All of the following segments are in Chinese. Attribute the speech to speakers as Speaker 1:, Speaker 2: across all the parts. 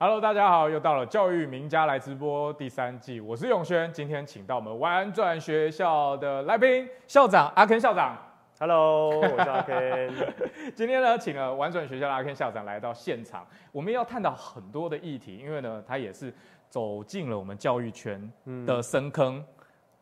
Speaker 1: Hello，大家好，又到了教育名家来直播第三季，我是永轩，今天请到我们玩转学校的来宾校长阿肯校长。
Speaker 2: Hello，我是阿 Ken。
Speaker 1: 今天呢，请了玩转学校的阿 Ken 校长来到现场，我们要探讨很多的议题，因为呢，他也是走进了我们教育圈
Speaker 2: 嗯，
Speaker 1: 的深坑。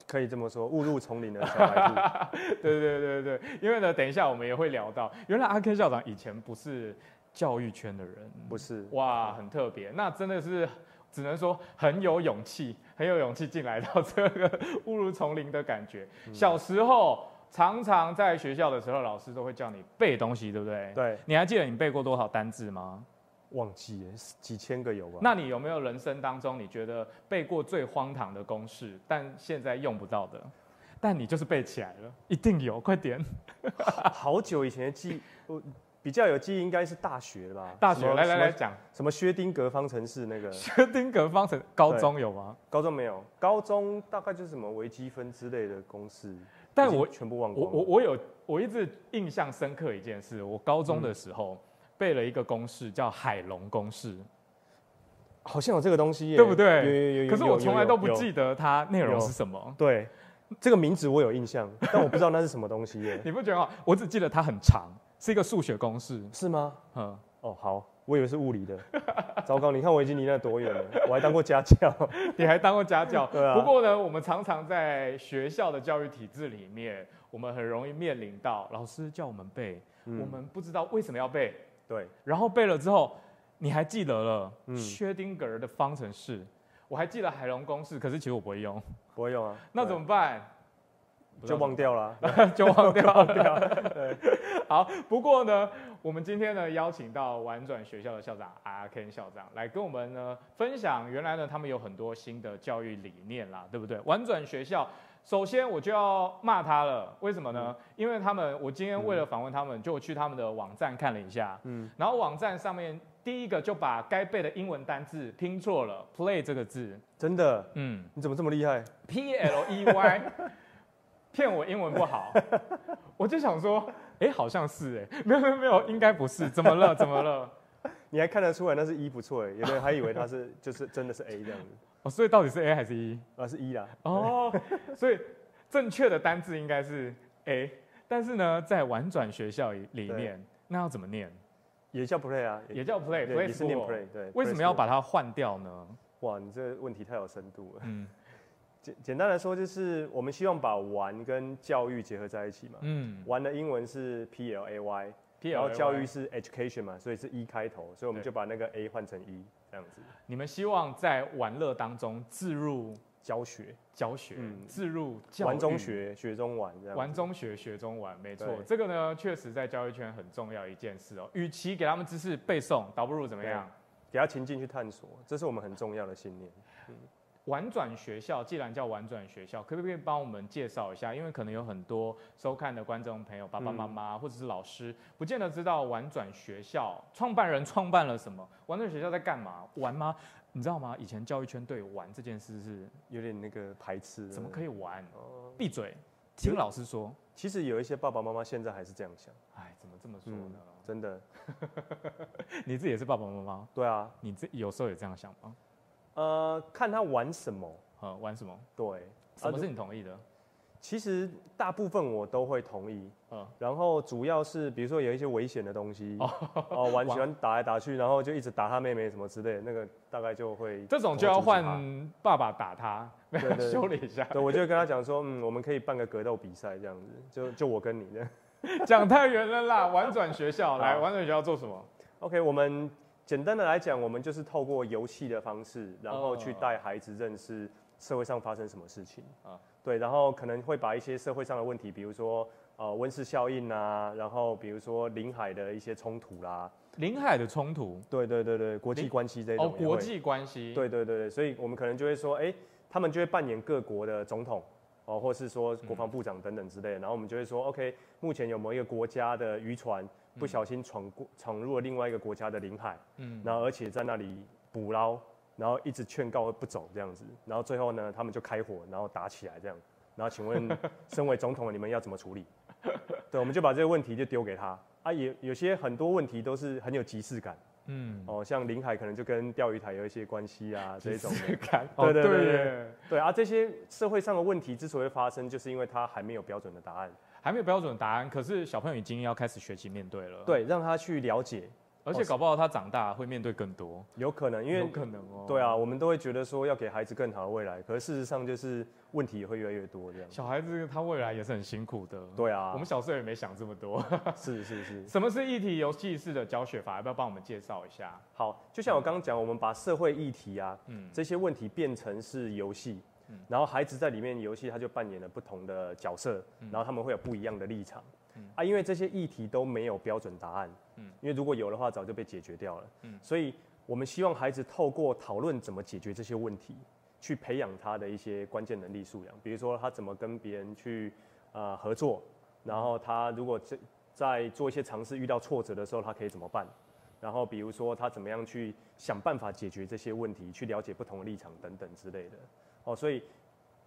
Speaker 2: 可以这么说，误入丛林的小 白兔。
Speaker 1: 对对对对，对因为呢，等一下我们也会聊到，原来阿 Ken 校长以前不是教育圈的人，
Speaker 2: 不是，
Speaker 1: 哇，很特别，那真的是只能说很有勇气，很有勇气进来到这个 误入丛林的感觉。小时候常常在学校的时候，老师都会叫你背东西，对不对？。
Speaker 2: 对，
Speaker 1: 你还记得你背过多少单字吗？
Speaker 2: 忘记了几千个有吧？
Speaker 1: 那你有没有人生当中你觉得背过最荒唐的公式，但现在用不到的，但你就是背起来了？一定有，快点！
Speaker 2: 那好久以前的记忆，我比较有记忆应该是大学了吧？
Speaker 1: 大学
Speaker 2: 什么
Speaker 1: 来来来
Speaker 2: 什 么
Speaker 1: 讲，
Speaker 2: 什么薛丁格方程式那个？
Speaker 1: 薛定谔方程，高中有吗？
Speaker 2: 高中没有，高中大概就是什么微积分之类的公式，
Speaker 1: 但
Speaker 2: 已经
Speaker 1: 我
Speaker 2: 全部忘
Speaker 1: 我
Speaker 2: 光
Speaker 1: 我
Speaker 2: 了。
Speaker 1: 我有我一直印象深刻一件事，我高
Speaker 2: 嗯
Speaker 1: 中的时候、背了一个公式叫海龙公式，
Speaker 2: 好像有这个东西耶，
Speaker 1: 对不
Speaker 2: 有
Speaker 1: 对？
Speaker 2: 有有有。
Speaker 1: 可是我从来都不
Speaker 2: 有有
Speaker 1: 记得它内容
Speaker 2: 有
Speaker 1: 是什么，。
Speaker 2: 对，这个名字我有印象，但我不知道那是什么东西耶
Speaker 1: 你不觉得吗？我只记得它很长，是一个数学公式。
Speaker 2: 是吗？
Speaker 1: 嗯，
Speaker 2: 哦，好，我以为是物理的。糟糕，你看我已经离那多远了，我还当过家教。
Speaker 1: 你还当过家教？
Speaker 2: 对啊
Speaker 1: 不过呢，我们常常在学校的教育体制里面，我们很容易面临到老师叫我们背，
Speaker 2: 嗯
Speaker 1: 我们不知道为什么要背，
Speaker 2: 对，
Speaker 1: 然后背了之后，你还记得了
Speaker 2: 嗯
Speaker 1: 薛定谔的方程式，我还记得海龙公式，可是其实我不会用，
Speaker 2: 不会用啊，
Speaker 1: 那怎么 办？
Speaker 2: 对就忘掉了啊、
Speaker 1: 掉，就忘掉了。好，不过呢，我们今天呢邀请到玩转学校的校长阿 Ken 校长来跟我们呢分享，原来呢他们有很多新的教育理念啦，对不对？玩转学校。首先我就要骂他了，为什么呢？因为他们，我今天为了访问他们，就去他们的网站看了一下，
Speaker 2: 嗯，
Speaker 1: 然后网站上面第一个就把该背的英文单字拼错了，play 这个字，
Speaker 2: 真的，
Speaker 1: 嗯
Speaker 2: 你怎么这么厉害？
Speaker 1: ，P L E Y，骗我英文不好，我就想说，哎、好像是哎、没有没有没有，应该不是，怎么 了怎么了？
Speaker 2: 你还看得出来那是一不错哎，有的人还以为他是就是真的是 A 这样子，
Speaker 1: 哦，所以到底是 A 还是 E？
Speaker 2: 啊是一啦，
Speaker 1: 哦，所以正确的单字应该是 A，但是呢，在玩转学校里面，那要怎么念？
Speaker 2: 也叫 play 啊，
Speaker 1: 也叫 play
Speaker 2: 对
Speaker 1: play
Speaker 2: 也是念
Speaker 1: school
Speaker 2: play，对。
Speaker 1: 为什么
Speaker 2: play
Speaker 1: 要把它换掉呢？
Speaker 2: school？哇，你这个问题太有深度了。
Speaker 1: 嗯
Speaker 2: 简简单来说，就是我们希望把玩跟教育结合在一起嘛。
Speaker 1: 嗯
Speaker 2: 玩的英文是 P L A Y，
Speaker 1: ，P
Speaker 2: 然
Speaker 1: L
Speaker 2: 后
Speaker 1: A Y
Speaker 2: 教育是 education 嘛，所以是一、开头，所以我们
Speaker 1: 对
Speaker 2: 就把那个 A 换成一这样子。
Speaker 1: 你们希望在玩乐当中置入
Speaker 2: 教学，
Speaker 1: 教学，
Speaker 2: 嗯
Speaker 1: 置入教育
Speaker 2: 玩中，学，学中玩这样子。
Speaker 1: 玩中学，学中玩，没错
Speaker 2: 对，
Speaker 1: 这个呢确实在教育圈很重要一件事哦。与其给他们知识背诵，倒不如怎么样？
Speaker 2: 给他情境去探索，这是我们很重要的信念。
Speaker 1: 玩转学校，既然叫玩转学校，可不可以帮我们介绍一下？因为可能有很多收看的观众朋友、爸爸妈妈、
Speaker 2: 嗯
Speaker 1: 或者是老师，不见得知道玩转学校创办人创办了什么，玩转学校在干嘛？玩吗？你知道吗？以前教育圈对玩这件事是
Speaker 2: 有点那个排斥，
Speaker 1: 怎么可
Speaker 2: 以？
Speaker 1: 以玩？
Speaker 2: 哦，
Speaker 1: 闭嘴，听老师说。
Speaker 2: 其实有一些爸爸妈妈现在还是这样想，
Speaker 1: 哎，怎么这么说呢？
Speaker 2: 真的。嗯
Speaker 1: 你自己也是爸爸妈妈，
Speaker 2: 对啊，
Speaker 1: 你自有时候也这样想吗？
Speaker 2: 呃，看他玩什么。
Speaker 1: 呃，玩什么？
Speaker 2: 对，
Speaker 1: 什么是你同意的？
Speaker 2: 其实大部分我都会同意。
Speaker 1: 嗯
Speaker 2: 然后主要是比如说有一些危险的东西，哦，玩喜欢打来打去，然后就一直打他妹妹什么之类的，那个大概就会
Speaker 1: 这种就要
Speaker 2: 阻止他
Speaker 1: 换爸爸打他，没
Speaker 2: 对对
Speaker 1: 有
Speaker 2: 对
Speaker 1: 修理一下，
Speaker 2: 对，我就会跟他讲说，嗯，我们可以办个格斗比赛这样子，就就我跟你这样。
Speaker 1: 讲太远了啦。玩转学 校来，玩转学校做什么？
Speaker 2: OK，我们简单的来讲，我们就是透过游戏的方式，然后去
Speaker 1: 哦
Speaker 2: 带孩子认识社会上发生什么事情
Speaker 1: 啊
Speaker 2: 啊。对，然后可能会把一些社会上的问题，比如说呃温室效应啊，然后比如说领海的一些冲突啦，
Speaker 1: 领海的冲突
Speaker 2: 对对对对，国际
Speaker 1: 领
Speaker 2: 关系这种
Speaker 1: 哦，
Speaker 2: 也会
Speaker 1: 国际关系，
Speaker 2: 对对对对，所以我们可能就会说，哎、他们就会扮演各国的总统哦，或是说国防部长等等之类的，然后我们就会说，OK，目前有某一个国家的渔船不小心闯过闯入了另外一个国家的领海，
Speaker 1: 嗯
Speaker 2: 嗯，然后而且在那里捕捞，然后一直劝告不走这样子，然后最后呢，他们就开火，然后打起来这样。然后请问，身为总统的你们要怎么处理？ 对，我们就把这个问题就丢给他啊，也有些很多问题都是很有即视感，
Speaker 1: 嗯，
Speaker 2: 哦，像领海可能就跟钓鱼台有一些关系啊，这一种的。
Speaker 1: 感，
Speaker 2: 对
Speaker 1: 哦
Speaker 2: 对对对
Speaker 1: 耶
Speaker 2: 对啊，这些社会上的问题之所以发生，就是因为它还没有标准的答案。
Speaker 1: 还没有标准答案，可是小朋友已经要开始学习面对了。，
Speaker 2: 对，让他去了解，
Speaker 1: 而且搞不好他长大会面对更多，
Speaker 2: 有可能因为
Speaker 1: 有可能哦。
Speaker 2: 对啊，，我们都会觉得说要给孩子更好的未来，可是事实上就是问题也会越来越多这样。
Speaker 1: 小孩子他未来也是很辛苦的。
Speaker 2: 对啊，
Speaker 1: 我们小时候也没想这么多。
Speaker 2: 是是是，
Speaker 1: 什么是议题游戏式的教学法？要不要帮我们介绍一下？
Speaker 2: 好，就像我刚刚讲，我们把社会议题啊
Speaker 1: 嗯，
Speaker 2: 这些问题变成是游戏，然后孩子在里面游戏，他就扮演了不同的角色，然后他们会有不一样的立场
Speaker 1: 嗯。
Speaker 2: 啊，因为这些议题都没有标准答案，
Speaker 1: 嗯
Speaker 2: 因为如果有的话，早就被解决掉了
Speaker 1: 嗯。
Speaker 2: 所以我们希望孩子透过讨论怎么解决这些问题，去培养他的一些关键能力素养，比如说他怎么跟别人去呃合作，然后他如果这在做一些尝试遇到挫折的时候，他可以怎么办？然后比如说他怎么样去想办法解决这些问题，去了解不同的立场等等之类的。哦，所以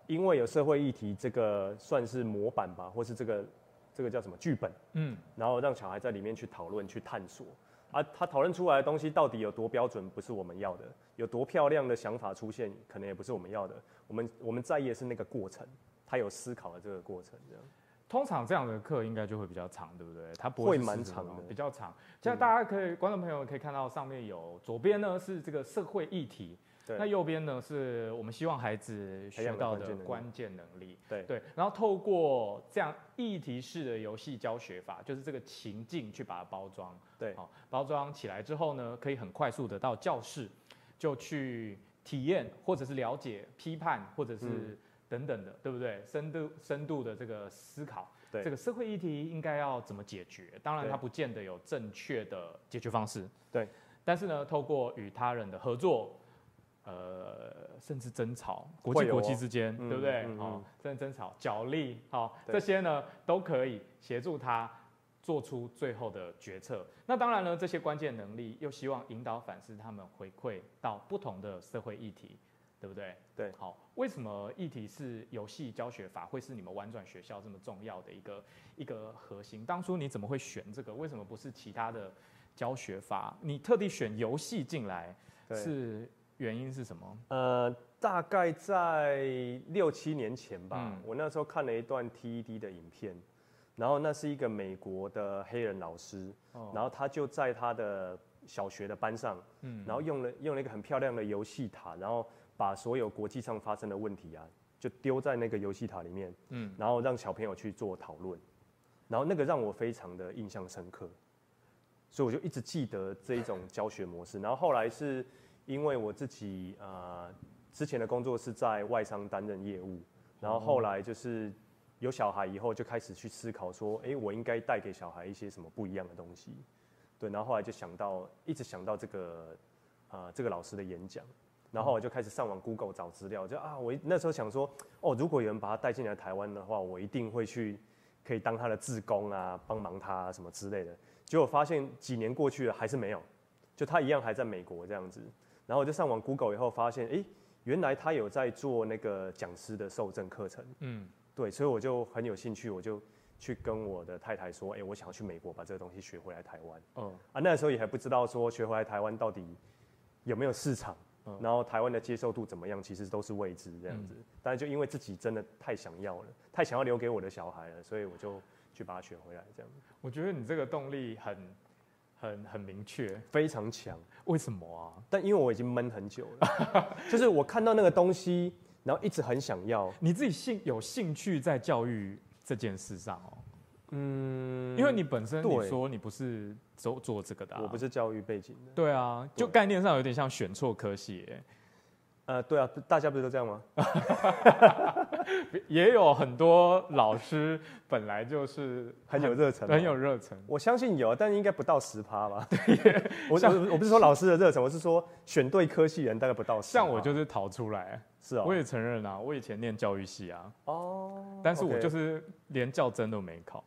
Speaker 2: 因为有社会议题这个算是模板吧，或是这个这个叫什么剧本，
Speaker 1: 嗯，
Speaker 2: 然后让小孩在里面去讨论、去探索。啊，他讨论出来的东西到底有多标准，不是我们要的；有多漂亮的想法出现，可能也不是我们要的。我们我们在意的是那个过程，他有思考的这个过程，这样。
Speaker 1: 通常这样的课应该就会比较长，对不对？它不会
Speaker 2: 会
Speaker 1: 是
Speaker 2: 蛮
Speaker 1: 40分
Speaker 2: 长
Speaker 1: 钟
Speaker 2: 的
Speaker 1: 比较长。现在大家可以，观众朋友可以看到上面有左边呢是这个社会议题，
Speaker 2: 对
Speaker 1: 那右边呢是我们希望孩子学到的关键能力。
Speaker 2: 对
Speaker 1: 对，然后透过这样议题式的游戏教学法，就是这个情境去把它包装。
Speaker 2: 对
Speaker 1: 好、包装起来之后呢，可以很快速的到教室就去体验，或者是了解、批判，或者是
Speaker 2: 嗯
Speaker 1: 等等的，对不对？深度深度的这个思考，
Speaker 2: 对
Speaker 1: 这个社会议题应该要怎么解决？当然，
Speaker 2: 对
Speaker 1: 它不见得有正确的解决方式。
Speaker 2: 对，
Speaker 1: 但是呢，透过与他人的合作。呃，甚至争吵，国
Speaker 2: 会
Speaker 1: 际
Speaker 2: 有
Speaker 1: 国际
Speaker 2: 哦
Speaker 1: 之间，
Speaker 2: 嗯
Speaker 1: 对不对？
Speaker 2: 嗯嗯
Speaker 1: 哦，甚至争吵、角力，好、
Speaker 2: 对
Speaker 1: 这些呢都可以协助他做出最后的决策。那当然呢，这些关键能力又希望引导反思他们回馈到不同的社会议题，对不对？
Speaker 2: 对
Speaker 1: 好，为什么议题是游戏教学法会是你们玩转学校这么重要的一个一个核心？当初你怎么会选这个？为什么不是其他的教学法？你特地选游戏进来
Speaker 2: 对
Speaker 1: 是原因是什么？
Speaker 2: 呃，大概在六七年前吧，
Speaker 1: 嗯
Speaker 2: 我那时候看了一段 TED 的影片，然后那是一个美国的黑人老师，
Speaker 1: 哦
Speaker 2: 然后他就在他的小学的班上，
Speaker 1: 嗯
Speaker 2: 然后用了用了一个很漂亮的游戏塔，然后把所有国际上发生的问题啊，就丢在那个游戏塔里面，
Speaker 1: 嗯，
Speaker 2: 然后让小朋友去做讨论，然后那个让我非常的印象深刻，所以我就一直记得这一种教学模式。然后后来是因为我自己呃之前的工作是在外商担任业务，然后后来就是有小孩以后就开始去思考说，诶，我应该带给小孩一些什么不一样的东西？对，然后后来就想到一直想到这个呃这个老师的演讲。然后我就开始上网 Google 找资料，就啊，我一那时候想说，哦，如果有人把他带进来台湾的话，我一定会去，可以当他的志工啊，帮忙他、啊、什么之类的。结果发现几年过去了，还是没有，就他一样还在美国这样子。然后我就上网 Google 以后发现，诶，原来他有在做那个讲师的受证课程。
Speaker 1: 嗯，
Speaker 2: 对，所以我就很有兴趣，我就去跟我的太太说，诶，我想要去美国把这个东西学回来台湾。
Speaker 1: 哦，
Speaker 2: 啊，那时候也还不知道说学回来台湾到底有没有市场，
Speaker 1: 嗯
Speaker 2: 然后台湾的接受度怎么样，其实都是未知这样子。但是就因为自己真的太想要了，太想要留给我的小孩了，所以我就去把它学回来，这样
Speaker 1: 我觉得你这个动力很很很明确，
Speaker 2: 非常强。
Speaker 1: 为什么啊？
Speaker 2: 但因为我已经闷很久了， 就是我看到那个东西，然后一直很想要，
Speaker 1: 你自己兴有兴趣在教育这件事上哦，
Speaker 2: 嗯，
Speaker 1: 因为你本身你
Speaker 2: 对
Speaker 1: 说你不是做做这个的、啊，
Speaker 2: 我不。是教育背景的，
Speaker 1: 对啊，就
Speaker 2: 对
Speaker 1: 概念上有点像选错科系耶、
Speaker 2: 呃，对啊，大家不是都这样吗？
Speaker 1: 也有很多老师本来就是
Speaker 2: 很有热忱嘛，
Speaker 1: 很有热忱，
Speaker 2: 我相信有，但应该不到十趴吧。我我我不是说老师的热忱，我是说选对科系人大概不到十。
Speaker 1: 像我就是逃出来，
Speaker 2: 是哦
Speaker 1: 我，也承认啊，我以前念教育系啊，
Speaker 2: 哦
Speaker 1: 但是我
Speaker 2: OK
Speaker 1: 就是连教甄都没考，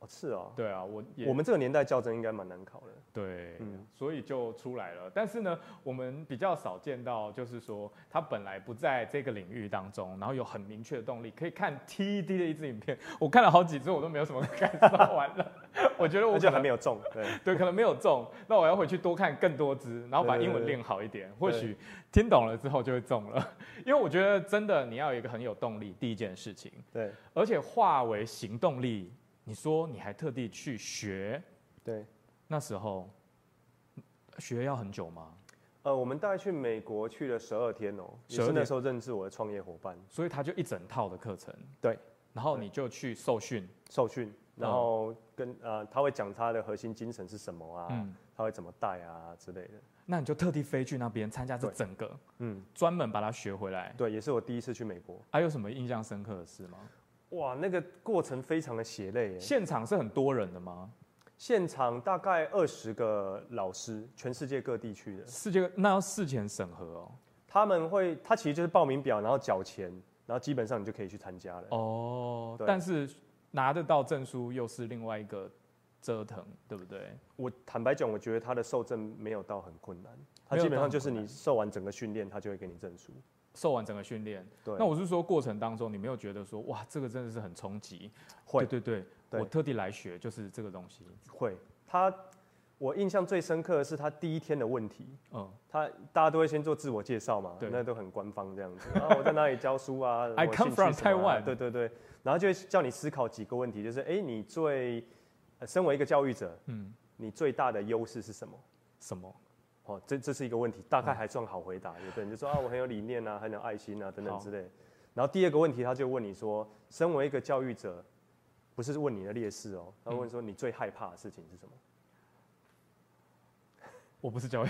Speaker 2: 哦，是哦，
Speaker 1: 对啊，我也
Speaker 2: 我们这个年代校正应该蛮难考的。
Speaker 1: 对，
Speaker 2: 嗯
Speaker 1: 所以就出来了。但是呢，我们比较少见到，就是说他本来不在这个领域当中，然后有很明确的动力。可以看 TED 的一支影片，我看了好几支，我都没有什么感受完 了。我觉得我
Speaker 2: 而且
Speaker 1: 可
Speaker 2: 还
Speaker 1: 能
Speaker 2: 没有中， 对，
Speaker 1: 对，可能没有中，那我要回去多看更多支，然后把
Speaker 2: 对对
Speaker 1: 英文
Speaker 2: 对
Speaker 1: 练好一点，或许听懂了之后就会中了。因为我觉得真的你要有一个很有动力，第一件事情，
Speaker 2: 对，
Speaker 1: 而且化为行动力。你说你还特地去学，
Speaker 2: 对。
Speaker 1: 那时候学要很久吗？
Speaker 2: 呃，我们大概去美国去了十二天哦、也
Speaker 1: 12
Speaker 2: 是那
Speaker 1: 天
Speaker 2: 时候认识我的创业伙伴，
Speaker 1: 所以他就一整套的课程。
Speaker 2: 对，
Speaker 1: 然后
Speaker 2: 对
Speaker 1: 你就去受训。
Speaker 2: 受训，然
Speaker 1: 嗯
Speaker 2: 后跟呃，他会讲他的核心精神是什么啊，
Speaker 1: 嗯，
Speaker 2: 他会怎么带啊之类的。
Speaker 1: 那你就特地飞去那边参加这
Speaker 2: 对
Speaker 1: 整个，
Speaker 2: 嗯，
Speaker 1: 专门把它学回来。
Speaker 2: 对，也是我第一次去美国，
Speaker 1: 还、有什么印象深刻的事吗？
Speaker 2: 哇，那个过程非常的血泪耶。
Speaker 1: 现场是很多人的吗？
Speaker 2: 现场大概二十个老师，全世界各地区的，
Speaker 1: 世界那要事前审核哦。
Speaker 2: 他们会，他其实就是报名表，然后缴钱，然后基本上你就可以去参加了。
Speaker 1: 哦，
Speaker 2: 对
Speaker 1: 但是拿得到证书又是另外一个折腾，对不对？
Speaker 2: 我坦白讲，我觉得他的受证没有到很困难，他
Speaker 1: 没有
Speaker 2: 基本
Speaker 1: 到
Speaker 2: 上
Speaker 1: 很
Speaker 2: 就是
Speaker 1: 困
Speaker 2: 你
Speaker 1: 难
Speaker 2: 受完整个训练，他就会给你证书。
Speaker 1: 受完整个训练，
Speaker 2: 对，
Speaker 1: 那我是说过程当中，你没有觉得说哇，这个真的是很冲击？
Speaker 2: 会
Speaker 1: 对对对，
Speaker 2: 对
Speaker 1: 我特地来学就是这个东西。
Speaker 2: 会，他我印象最深刻的是他第一天的问题，
Speaker 1: 嗯，
Speaker 2: 他大家都会先做自我介绍嘛，
Speaker 1: 对
Speaker 2: 那都很官方这样子。然后我在哪里教书啊
Speaker 1: I
Speaker 2: 我
Speaker 1: come
Speaker 2: 兴趣
Speaker 1: from
Speaker 2: 什么啊
Speaker 1: Taiwan
Speaker 2: 对对对，然后就会叫你思考几个问题，就是哎、诶你最、呃身为一个教育者，
Speaker 1: 嗯
Speaker 2: 嗯，你最大的优势是什么？
Speaker 1: 什么？
Speaker 2: 哦，这这是一个问题，大概还算好回答。有的人就说啊，我很有理念啊，很有爱心啊，等
Speaker 1: 嗯
Speaker 2: 等
Speaker 1: 好
Speaker 2: 之类。然后第二个问题，他就问你说，身为一个教育者，不是问你的劣势哦，他问说
Speaker 1: 嗯
Speaker 2: 你最害怕的事情是什么？
Speaker 1: 我不是教育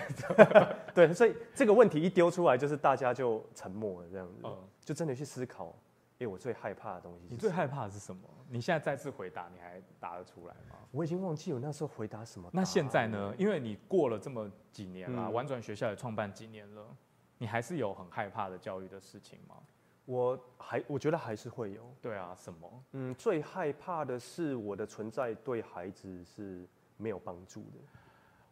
Speaker 2: 对，所以这个问题一丢出来，就是大家就沉默了，这样子，
Speaker 1: 嗯
Speaker 2: 就真的去思考，哎、我最害怕的东西
Speaker 1: 你
Speaker 2: 是
Speaker 1: 最
Speaker 2: 什么？
Speaker 1: 害怕的是什么？你现在再次回答，你还答得出来吗？
Speaker 2: 我已经忘记我那时候回答什么。
Speaker 1: 那现在呢？？因为你过了这么几年啦、
Speaker 2: 嗯
Speaker 1: 玩转学校也创办几年了，你还是有很害怕的教育的事情吗？
Speaker 2: 我还我觉得还是会有，
Speaker 1: 对啊，什么？
Speaker 2: 嗯，最害怕的是我的存在对孩子是没有帮助的。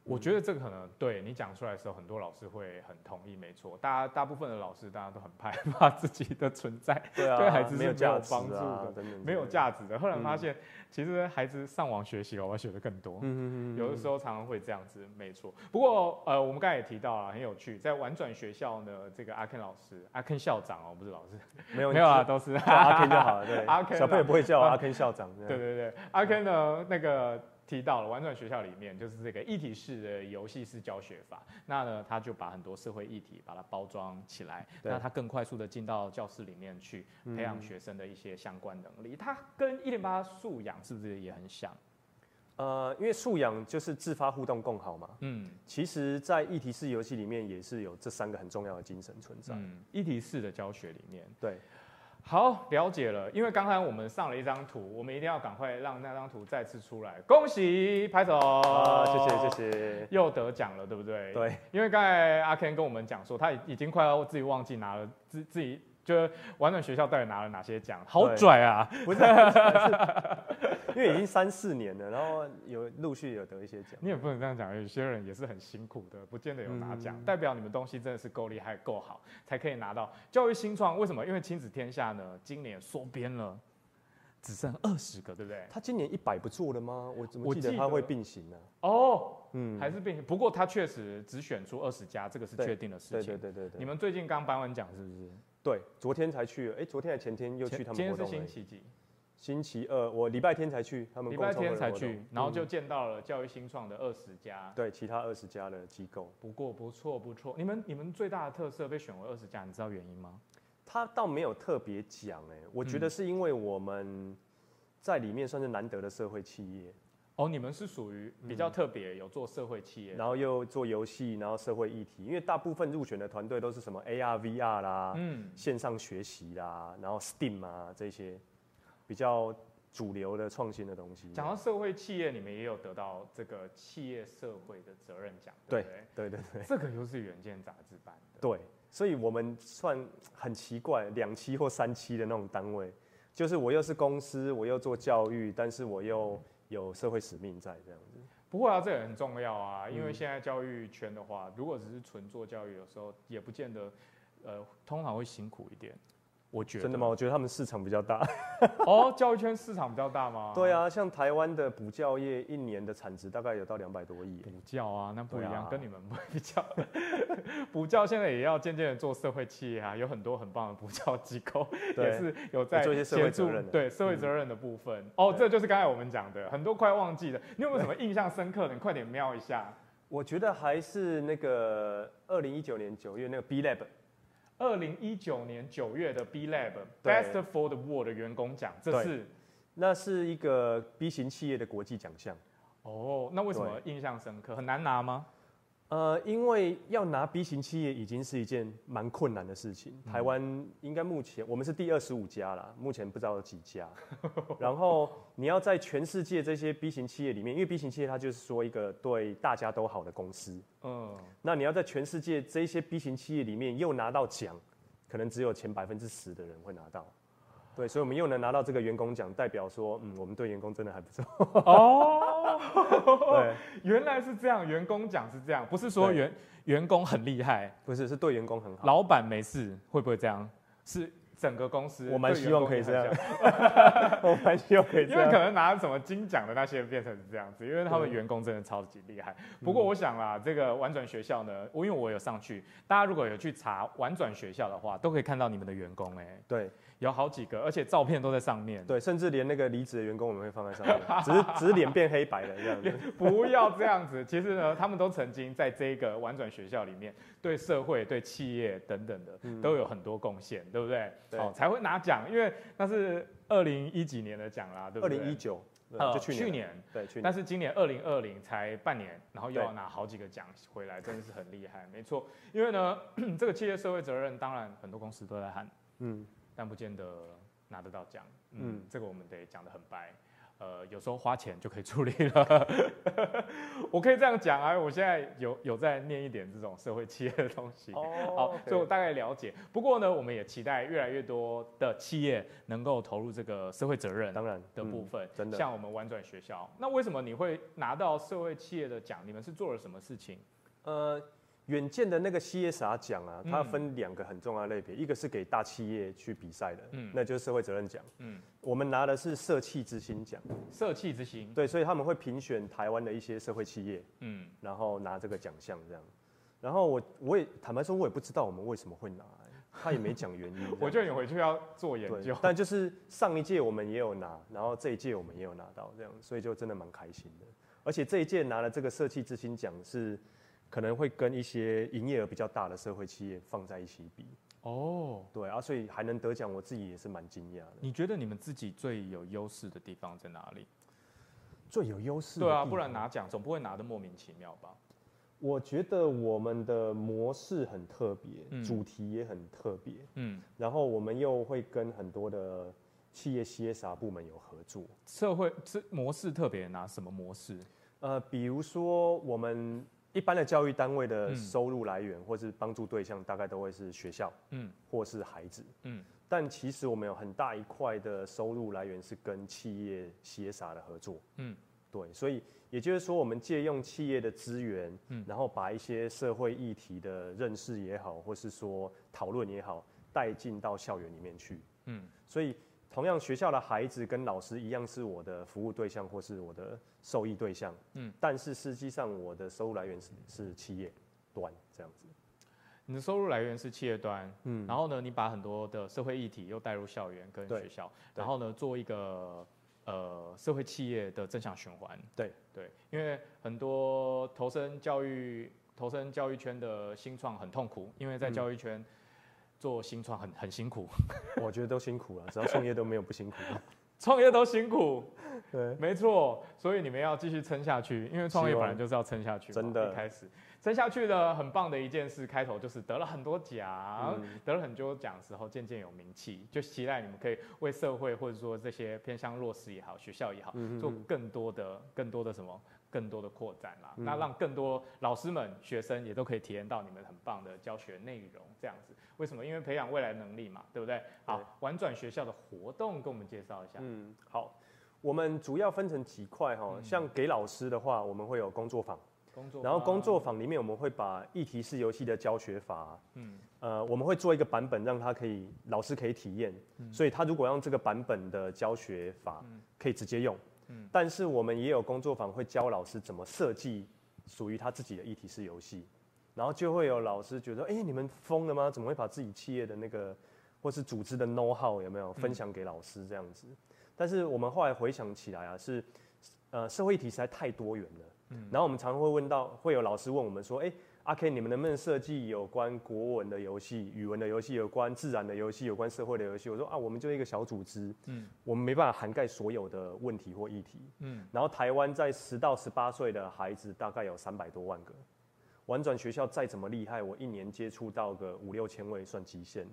Speaker 1: 我觉得这个可能对你讲出来的时候，很多老师会很同意，没错。大家大部分的老师，大家都很害 怕自己的存在
Speaker 2: 对啊，
Speaker 1: 对孩子是
Speaker 2: 没有
Speaker 1: 没有
Speaker 2: 价值
Speaker 1: 帮助
Speaker 2: 啊
Speaker 1: 的
Speaker 2: 等等，
Speaker 1: 没有。价值的。后来发现，其实孩子上网学习，我要学的更多。
Speaker 2: 嗯嗯嗯，
Speaker 1: 有的时候常常会这样子，没错。不过呃，我们刚才也提到了，很有趣，在玩转学校呢，这个阿 Ken 老师，阿 Ken 校长哦，不是老师，
Speaker 2: 没有
Speaker 1: 没有 啊，，都是
Speaker 2: 叫阿 Ken 就好了。嗯对，
Speaker 1: 阿 Ken
Speaker 2: 小朋友
Speaker 1: 啦
Speaker 2: 不会叫我
Speaker 1: 啊
Speaker 2: 阿 Ken 校长。
Speaker 1: 对对对，
Speaker 2: 嗯
Speaker 1: 阿 Ken 呢，那个提到了玩转学校里面就是这个一体式的游戏式教学法，那呢他就把很多社会议题把它包装起来，
Speaker 2: 对嗯
Speaker 1: 那他更快速的进到教室里面去培养学生的一些相关能力。他跟一零八素养是不是也很像？
Speaker 2: 呃，因为素养就是自发互动共好嘛。
Speaker 1: 嗯
Speaker 2: 其实，在议题式游戏里面也是有这三个很重要的精神存在。
Speaker 1: 嗯，一体式的教学里面。
Speaker 2: 对，
Speaker 1: 好，了解了。因为刚才我们上了一张图，我们一定要赶快让那张图再次出来。恭喜，拍手！
Speaker 2: 啊，谢谢谢谢。
Speaker 1: 又得奖了，对不对？。
Speaker 2: 对，
Speaker 1: 因为刚才阿 Ken 跟我们讲说，他已已经快要自己忘记拿了自自己。就是玩转学校到底拿了哪些奖？好
Speaker 2: 对
Speaker 1: 拽啊！
Speaker 2: 不是，是 因为已经三四年了，然后有陆续有得一些奖。
Speaker 1: 你也不能这样讲，有些人也是很辛苦的，不见得有拿奖，
Speaker 2: 嗯
Speaker 1: 代表你们东西真的是够厉害、够好，才可以拿到教育新创。为什么？因为亲子天下呢，今年缩编了，只剩二十个，对不对？
Speaker 2: 他今年一百不做了吗？我怎么
Speaker 1: 我
Speaker 2: 记得
Speaker 1: 记
Speaker 2: 他
Speaker 1: 得
Speaker 2: 会并行呢、
Speaker 1: 哦，
Speaker 2: 嗯，
Speaker 1: 还是并不过他确实只选出二十家，这个是
Speaker 2: 对
Speaker 1: 确定的事
Speaker 2: 对
Speaker 1: 情。
Speaker 2: 对对对对，
Speaker 1: 你们最近刚颁完奖是不是？
Speaker 2: 对昨天才去，哎、昨天还前天又
Speaker 1: 前
Speaker 2: 去他
Speaker 1: 今
Speaker 2: 们
Speaker 1: 天
Speaker 2: 活
Speaker 1: 是星
Speaker 2: 动了。
Speaker 1: 期几？
Speaker 2: 星期二，我礼拜天才去，他们
Speaker 1: 礼
Speaker 2: 共
Speaker 1: 拜
Speaker 2: 创
Speaker 1: 天
Speaker 2: 会的
Speaker 1: 才
Speaker 2: 活
Speaker 1: 去
Speaker 2: 动，
Speaker 1: 然后就
Speaker 2: 嗯
Speaker 1: 见到了教育新创的二十家。
Speaker 2: 对其他二十家的机构，
Speaker 1: 不过不错不错，你们你们最大的特色被选为二十家，你知道原因吗？
Speaker 2: 他倒没有特别讲，哎，我觉得是因为我们在里面算是难得的社会企业，
Speaker 1: 哦，你们是属于比
Speaker 2: 嗯
Speaker 1: 较特别，有做社会企业的。
Speaker 2: 然后又做游戏，然后社会议题，因为大部分入选的团队都是什么 AR、VR 啦、
Speaker 1: 嗯，
Speaker 2: 线上学习啦，然后 STEAM 啊这些比较主流的创新的东西。
Speaker 1: 讲到社会企业，你们也有得到这个企业社会的责任奖，对不对？
Speaker 2: 对对
Speaker 1: 这个又是《远见》杂志版的。
Speaker 2: 对，所以我们算很奇怪，两期或三期的那种单位，就是我又是公司，我又做教育，但是我又有社会使命在这样子。
Speaker 1: 不会啊，这也很重要啊，因为
Speaker 2: 嗯
Speaker 1: 现在教育圈的话，如果只是纯做教育，有时候也不见得，呃，通常会辛苦一点。我觉得
Speaker 2: 真的吗？？我觉得他们市场比较大。
Speaker 1: 哦，教育圈市场比较大吗？
Speaker 2: 对，啊，像台湾的补教业一年的产值大概有到两百多亿耶。
Speaker 1: 补教啊，那不一
Speaker 2: 对
Speaker 1: 样，
Speaker 2: 啊
Speaker 1: 跟你们不比较。 补教现在也要渐渐的做社会企业啊，有很多很棒的补教机构，也
Speaker 2: 对，
Speaker 1: 是有在
Speaker 2: 有做一些社会
Speaker 1: 协助
Speaker 2: 责任的
Speaker 1: 对社会
Speaker 2: 嗯
Speaker 1: 责任的部分。哦，
Speaker 2: 对
Speaker 1: 这就是刚才我们讲的，很多快忘记的。你有没有什么印象深刻的？你快点瞄一下。
Speaker 2: 我觉得还是那个二零一九年九月那个 B Lab，
Speaker 1: 二零一九年九月的 B Lab
Speaker 2: 对
Speaker 1: Best for the World 的员工奖，这
Speaker 2: 对
Speaker 1: 是
Speaker 2: 那是一个 B 型企业的国际奖项。
Speaker 1: 哦，那为什么印象深刻？很难拿吗？
Speaker 2: 呃，因为要拿 B 型企业已经是一件蛮困难的事情。
Speaker 1: 嗯
Speaker 2: 台湾应该目前我们是第二十五家啦，目前不知道有几家。然后你要在全世界这些 B 型企业里面，因为 B 型企业它就是说一个对大家都好的公司，
Speaker 1: 嗯，
Speaker 2: 那你要在全世界这些 B 型企业里面又拿到奖，可能只有前百分之十的人会拿到。对，所以我们又能拿到这个员工奖，代表说，嗯，我们对员工真的还不 错。
Speaker 1: 哦，
Speaker 2: 对，
Speaker 1: 原来是这样，员工奖是这样，不是说
Speaker 2: 对
Speaker 1: 员员工很厉害，
Speaker 2: 不是，是对员工很好。
Speaker 1: 老板没事，会不会这样？是整个公司，
Speaker 2: 我蛮希望可以这样，我蛮希望可以这
Speaker 1: 因为可
Speaker 2: 样。
Speaker 1: 能拿什么金奖的那些变成是这样子，因为他们
Speaker 2: 对
Speaker 1: 员工真的超级厉害。
Speaker 2: 嗯
Speaker 1: 不过我想啦，这个玩转学校呢，我因为我有上去，大家如果有去查玩转学校的话，都可以看到你们的员工哎、
Speaker 2: 对
Speaker 1: 有好几个，而且照片都在上面。
Speaker 2: 对，甚至连那个离职的员工我们会放在上面，只是只是脸变黑白了这样子。
Speaker 1: 不要这样子。其实呢，他们都曾经在这个玩转学校里面，对社会、对企业等等的，
Speaker 2: 嗯
Speaker 1: 都有很多贡献，对不对？
Speaker 2: 对
Speaker 1: 哦，才会拿奖，因为那是二零一几年的奖啦，对不
Speaker 2: 二
Speaker 1: 对？
Speaker 2: 零一九，对
Speaker 1: 呃
Speaker 2: 就去年了，
Speaker 1: 年，
Speaker 2: 对去
Speaker 1: 但
Speaker 2: 年，
Speaker 1: 是今年二零二零才半年，然后又
Speaker 2: 对
Speaker 1: 要拿好几个奖回来，真的是很厉害。没错，因为呢， 这个企业社会责任，当然很多公司都在喊，
Speaker 2: 嗯，
Speaker 1: 但不见得拿得到奖。嗯，
Speaker 2: 嗯
Speaker 1: 这个我们得讲得很白。呃，有时候花钱就可以处理了。 我可以这样讲啊，我现在有有在念一点这种社会企业的东西。好
Speaker 2: 哦，
Speaker 1: 所以我
Speaker 2: 对
Speaker 1: 大概了解。不过呢，我们也期待越来越多的企业能够投入这个社会责任
Speaker 2: 当然
Speaker 1: 的部
Speaker 2: 嗯
Speaker 1: 分，
Speaker 2: 真的
Speaker 1: 像我们玩转学校。那为什么你会拿到社会企业的奖？你们是做了什么事情？
Speaker 2: 呃，远见的那个 CSR 奖啊，它
Speaker 1: 嗯
Speaker 2: 分两个很重要的类别，一个是给大企业去比赛的，
Speaker 1: 嗯
Speaker 2: 那就是社会责任奖。
Speaker 1: 嗯，
Speaker 2: 我们拿的是社企之星奖，
Speaker 1: 社企之星。
Speaker 2: 对，所以他们会评选台湾的一些社会企业，
Speaker 1: 嗯，
Speaker 2: 然后拿这个奖项这样。然后我我也坦白说，我也不知道我们为什么会拿、欸他也没讲原因 这样。
Speaker 1: 我觉得你回去要做研
Speaker 2: 对
Speaker 1: 究。，
Speaker 2: 但就是上一届我们也有拿，然后这一届我们也有拿到，这样，所以就真的蛮开心的。而且这一届拿了这个社企之星奖是，可能会跟一些营业额比较大的社会企业放在一起比，
Speaker 1: 哦，
Speaker 2: 对啊，所以还能得奖，我自己也是蛮惊讶的。
Speaker 1: 你觉得你们自己最有优势的地方在哪里？
Speaker 2: 最有优势，
Speaker 1: 对啊，不然？拿奖总不会拿的莫名其妙吧？
Speaker 2: 我觉得我们的模式很特别，
Speaker 1: 嗯
Speaker 2: 主题也很特别，
Speaker 1: 嗯，
Speaker 2: 然后我们又会跟很多的企业 CSR 部门有合作。
Speaker 1: 社会这模式特别拿什么模式？
Speaker 2: 呃，比如说我们一般的教育单位的
Speaker 1: 嗯
Speaker 2: 收入来源、或是帮助对象，大概都会是学校
Speaker 1: 嗯
Speaker 2: 或是孩子。
Speaker 1: 嗯，
Speaker 2: 但其实我们有很大一块的收入来源是跟企业 CSR 的合作。
Speaker 1: 嗯，
Speaker 2: 对，所以也就是说，我们借用企业的资源，
Speaker 1: 嗯
Speaker 2: 然后把一些社会议题的认识也好，或是说讨论也好，带进到校园里面去。
Speaker 1: 嗯，
Speaker 2: 所以同样学校的孩子跟老师一样是我的服务对象或是我的受益对象，
Speaker 1: 嗯
Speaker 2: 嗯，但是实际上我的收入来源是是企业端这样子，
Speaker 1: 你的收入来源是企业端，
Speaker 2: 嗯，
Speaker 1: 然后呢，你把很多的社会议题又带入校园跟
Speaker 2: 对
Speaker 1: 学校，
Speaker 2: 对
Speaker 1: 然后呢，做一个呃社会企业的正向循环。
Speaker 2: 对
Speaker 1: 对，因为很多投身教育、投身教育圈的新创很痛苦，因为在
Speaker 2: 嗯
Speaker 1: 教育圈做新创很很辛苦，
Speaker 2: 我觉得都辛苦了，只要创业都没有不辛苦的，
Speaker 1: 创业都辛苦，
Speaker 2: 对，
Speaker 1: 没错，所以你们要继续撑下去，因为创业
Speaker 2: 希
Speaker 1: 本
Speaker 2: 望
Speaker 1: 来就是要撑下去嘛。
Speaker 2: 真的
Speaker 1: 一开始撑下去的很棒的一件事，开头就是得了很多奖，
Speaker 2: 嗯
Speaker 1: 得了很多奖之后，渐渐有名气，就期待你们可以为社会或者说这些偏向弱势也好，学校也好，
Speaker 2: 嗯
Speaker 1: 做更多的、更多的什么。更多的扩展啦，
Speaker 2: 嗯
Speaker 1: 那让更多老师们、学生也都可以体验到你们很棒的教学内容，这样子。为什么？因为培养未来能力嘛，对不对？好
Speaker 2: 对，
Speaker 1: 玩转学校的活动，跟我们介绍一下。
Speaker 2: 嗯，好，我们主要分成几块哈，像给老师的话，我们会有工作坊，
Speaker 1: 工作，啊
Speaker 2: 然后工作，坊里面我们会把议题式游戏的教学法，
Speaker 1: 嗯，
Speaker 2: 呃，我们会做一个版本，让他可以老师可以体验，所以他如果用这个版本的教学法，可以直接用。
Speaker 1: 嗯
Speaker 2: 但是我们也有工作坊会教老师怎么设计属于他自己的议题式游戏，然后就会有老师觉得，哎、你们疯了吗？怎么会把自己企业的那个或是组织的 know how 有没有分享给老师这样子？但是我们后来回想起来啊，是呃社会议题实在太多元了，嗯，然后我们常会问到，会有老师问我们说，哎、阿 K，你们能不能设计有关国文的游戏、语文的游戏、有关自然的游戏、有关社会的游戏？我说啊，我们就是一个小组织，
Speaker 1: 嗯
Speaker 2: 我们没办法涵盖所有的问题或议题。
Speaker 1: 嗯，
Speaker 2: 然后台湾在十到十八岁的孩子大概有三百多万个，玩转学校再怎么厉害，我一年接触到个五六千位算极限了。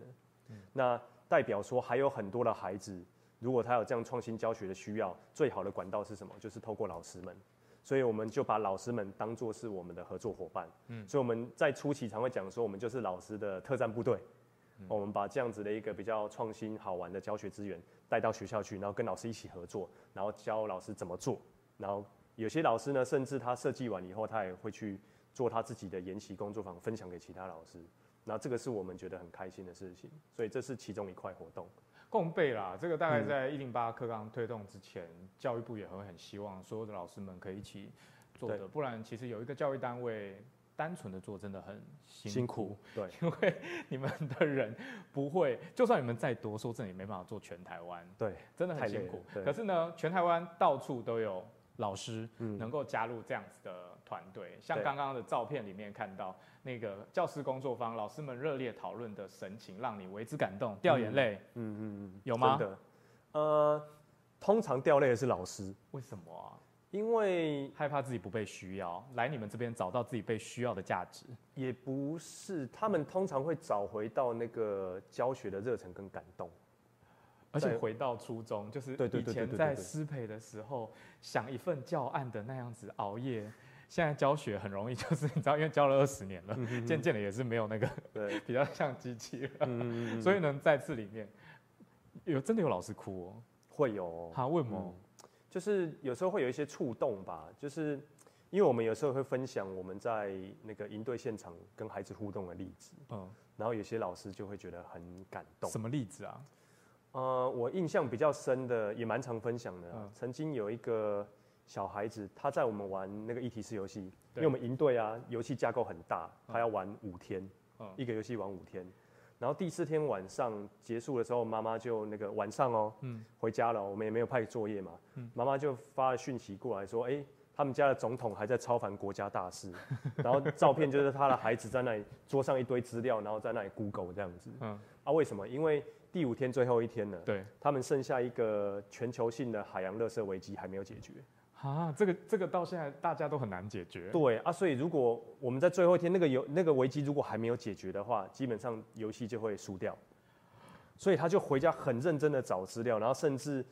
Speaker 2: 那代表说还有很多的孩子，如果他有这样创新教学的需要，最好的管道是什么？就是透过老师们。所以我们就把老师们当做是我们的合作伙伴。嗯，所以我们在初期常会讲说，我们就是老师的特战部队。哦我们把这样子的一个比较创新好玩的教学资源带到学校去，然后跟老师一起合作，然后教老师怎么做。然后有些老师呢，甚至他设计完以后，他也会去做他自己的研习工作坊，分享给其他老师。那这个是我们觉得很开心的事情，所以这是其中一块活动。
Speaker 1: 共备啦，这个大
Speaker 2: 嗯
Speaker 1: 概在一零八课纲推动之前，教育部也会很希望所有的老师们可以一起做的，
Speaker 2: 对
Speaker 1: 不然其实有一个教育单位单纯的做真的很
Speaker 2: 辛
Speaker 1: 苦
Speaker 2: 对，
Speaker 1: 因为 你们的人不会，就算你们再多，说真的也没办法做全台湾，
Speaker 2: 对，
Speaker 1: 真的
Speaker 2: 太
Speaker 1: 很
Speaker 2: 累
Speaker 1: 辛
Speaker 2: 了
Speaker 1: 苦。
Speaker 2: 对
Speaker 1: 可是呢，全台湾到处都有老师
Speaker 2: 嗯
Speaker 1: 能够加入这样子的团队，像
Speaker 2: 对
Speaker 1: 刚刚的照片里面看到那个教师工作坊，老师们热烈讨论的神情，让你为之感动，掉眼泪。
Speaker 2: 嗯嗯嗯，
Speaker 1: 有吗
Speaker 2: 真的，呃，通常掉泪的是老师，
Speaker 1: 为什么啊？
Speaker 2: 因为
Speaker 1: 害怕自己不被需要，来你们这边找到自己被需要的价值。
Speaker 2: 也不是他们通常会找回到那个教学的热忱跟感动。
Speaker 1: 而且
Speaker 2: 对
Speaker 1: 回到初中，就是
Speaker 2: 对对
Speaker 1: 以
Speaker 2: 对对
Speaker 1: 前
Speaker 2: 对对
Speaker 1: 在
Speaker 2: 对
Speaker 1: 师培的时候想一份教案的那样子熬夜，现在教学很容易，就是你知道，因为教了二十年
Speaker 2: 嗯
Speaker 1: 了，渐渐的也是没有那个
Speaker 2: 对，
Speaker 1: 比较像机器了。
Speaker 2: 嗯嗯嗯，
Speaker 1: 所以呢，在这里面有真的有老师哭哦，
Speaker 2: 会有哦、
Speaker 1: 他为什么？
Speaker 2: 就是有时候会有一些触动吧，就是因为我们有时候会分享我们在那个营队现场跟孩子互动的例子，
Speaker 1: 嗯，
Speaker 2: 然后有些老师就会觉得很感动。
Speaker 1: 什么例子啊？
Speaker 2: 呃，我印象比较深的也蛮常分享的啊、
Speaker 1: 嗯
Speaker 2: 曾经有一个小孩子，他在我们玩那个议题式游戏，因
Speaker 1: 对
Speaker 2: 为我们营队啊，游戏架构很大，他要玩五天，
Speaker 1: 嗯
Speaker 2: 一个游戏玩五天。然后第四天晚上结束的时候，妈妈就那个晚上哦，
Speaker 1: 嗯
Speaker 2: 回家了，我们也没有派作业嘛
Speaker 1: 嗯，
Speaker 2: 妈妈就发了讯息过来说，哎、他们家的总统还在超凡国家 大事，然后照片就是他的孩子在那里桌上一堆资料，然后在那里 Google 这样子
Speaker 1: 嗯，
Speaker 2: 啊？为什么？因为第五天最后一天了，
Speaker 1: 对
Speaker 2: 他们剩下一个全球性的海洋垃圾危机还没有解决。
Speaker 1: 啊，这个这个到现在大家都很难解决。
Speaker 2: 对啊，所以如果我们在最后一天那个游那个危机如果还没有解决的话，基本上游戏就会输掉。所以他就回家很认真的找资料，然后甚至，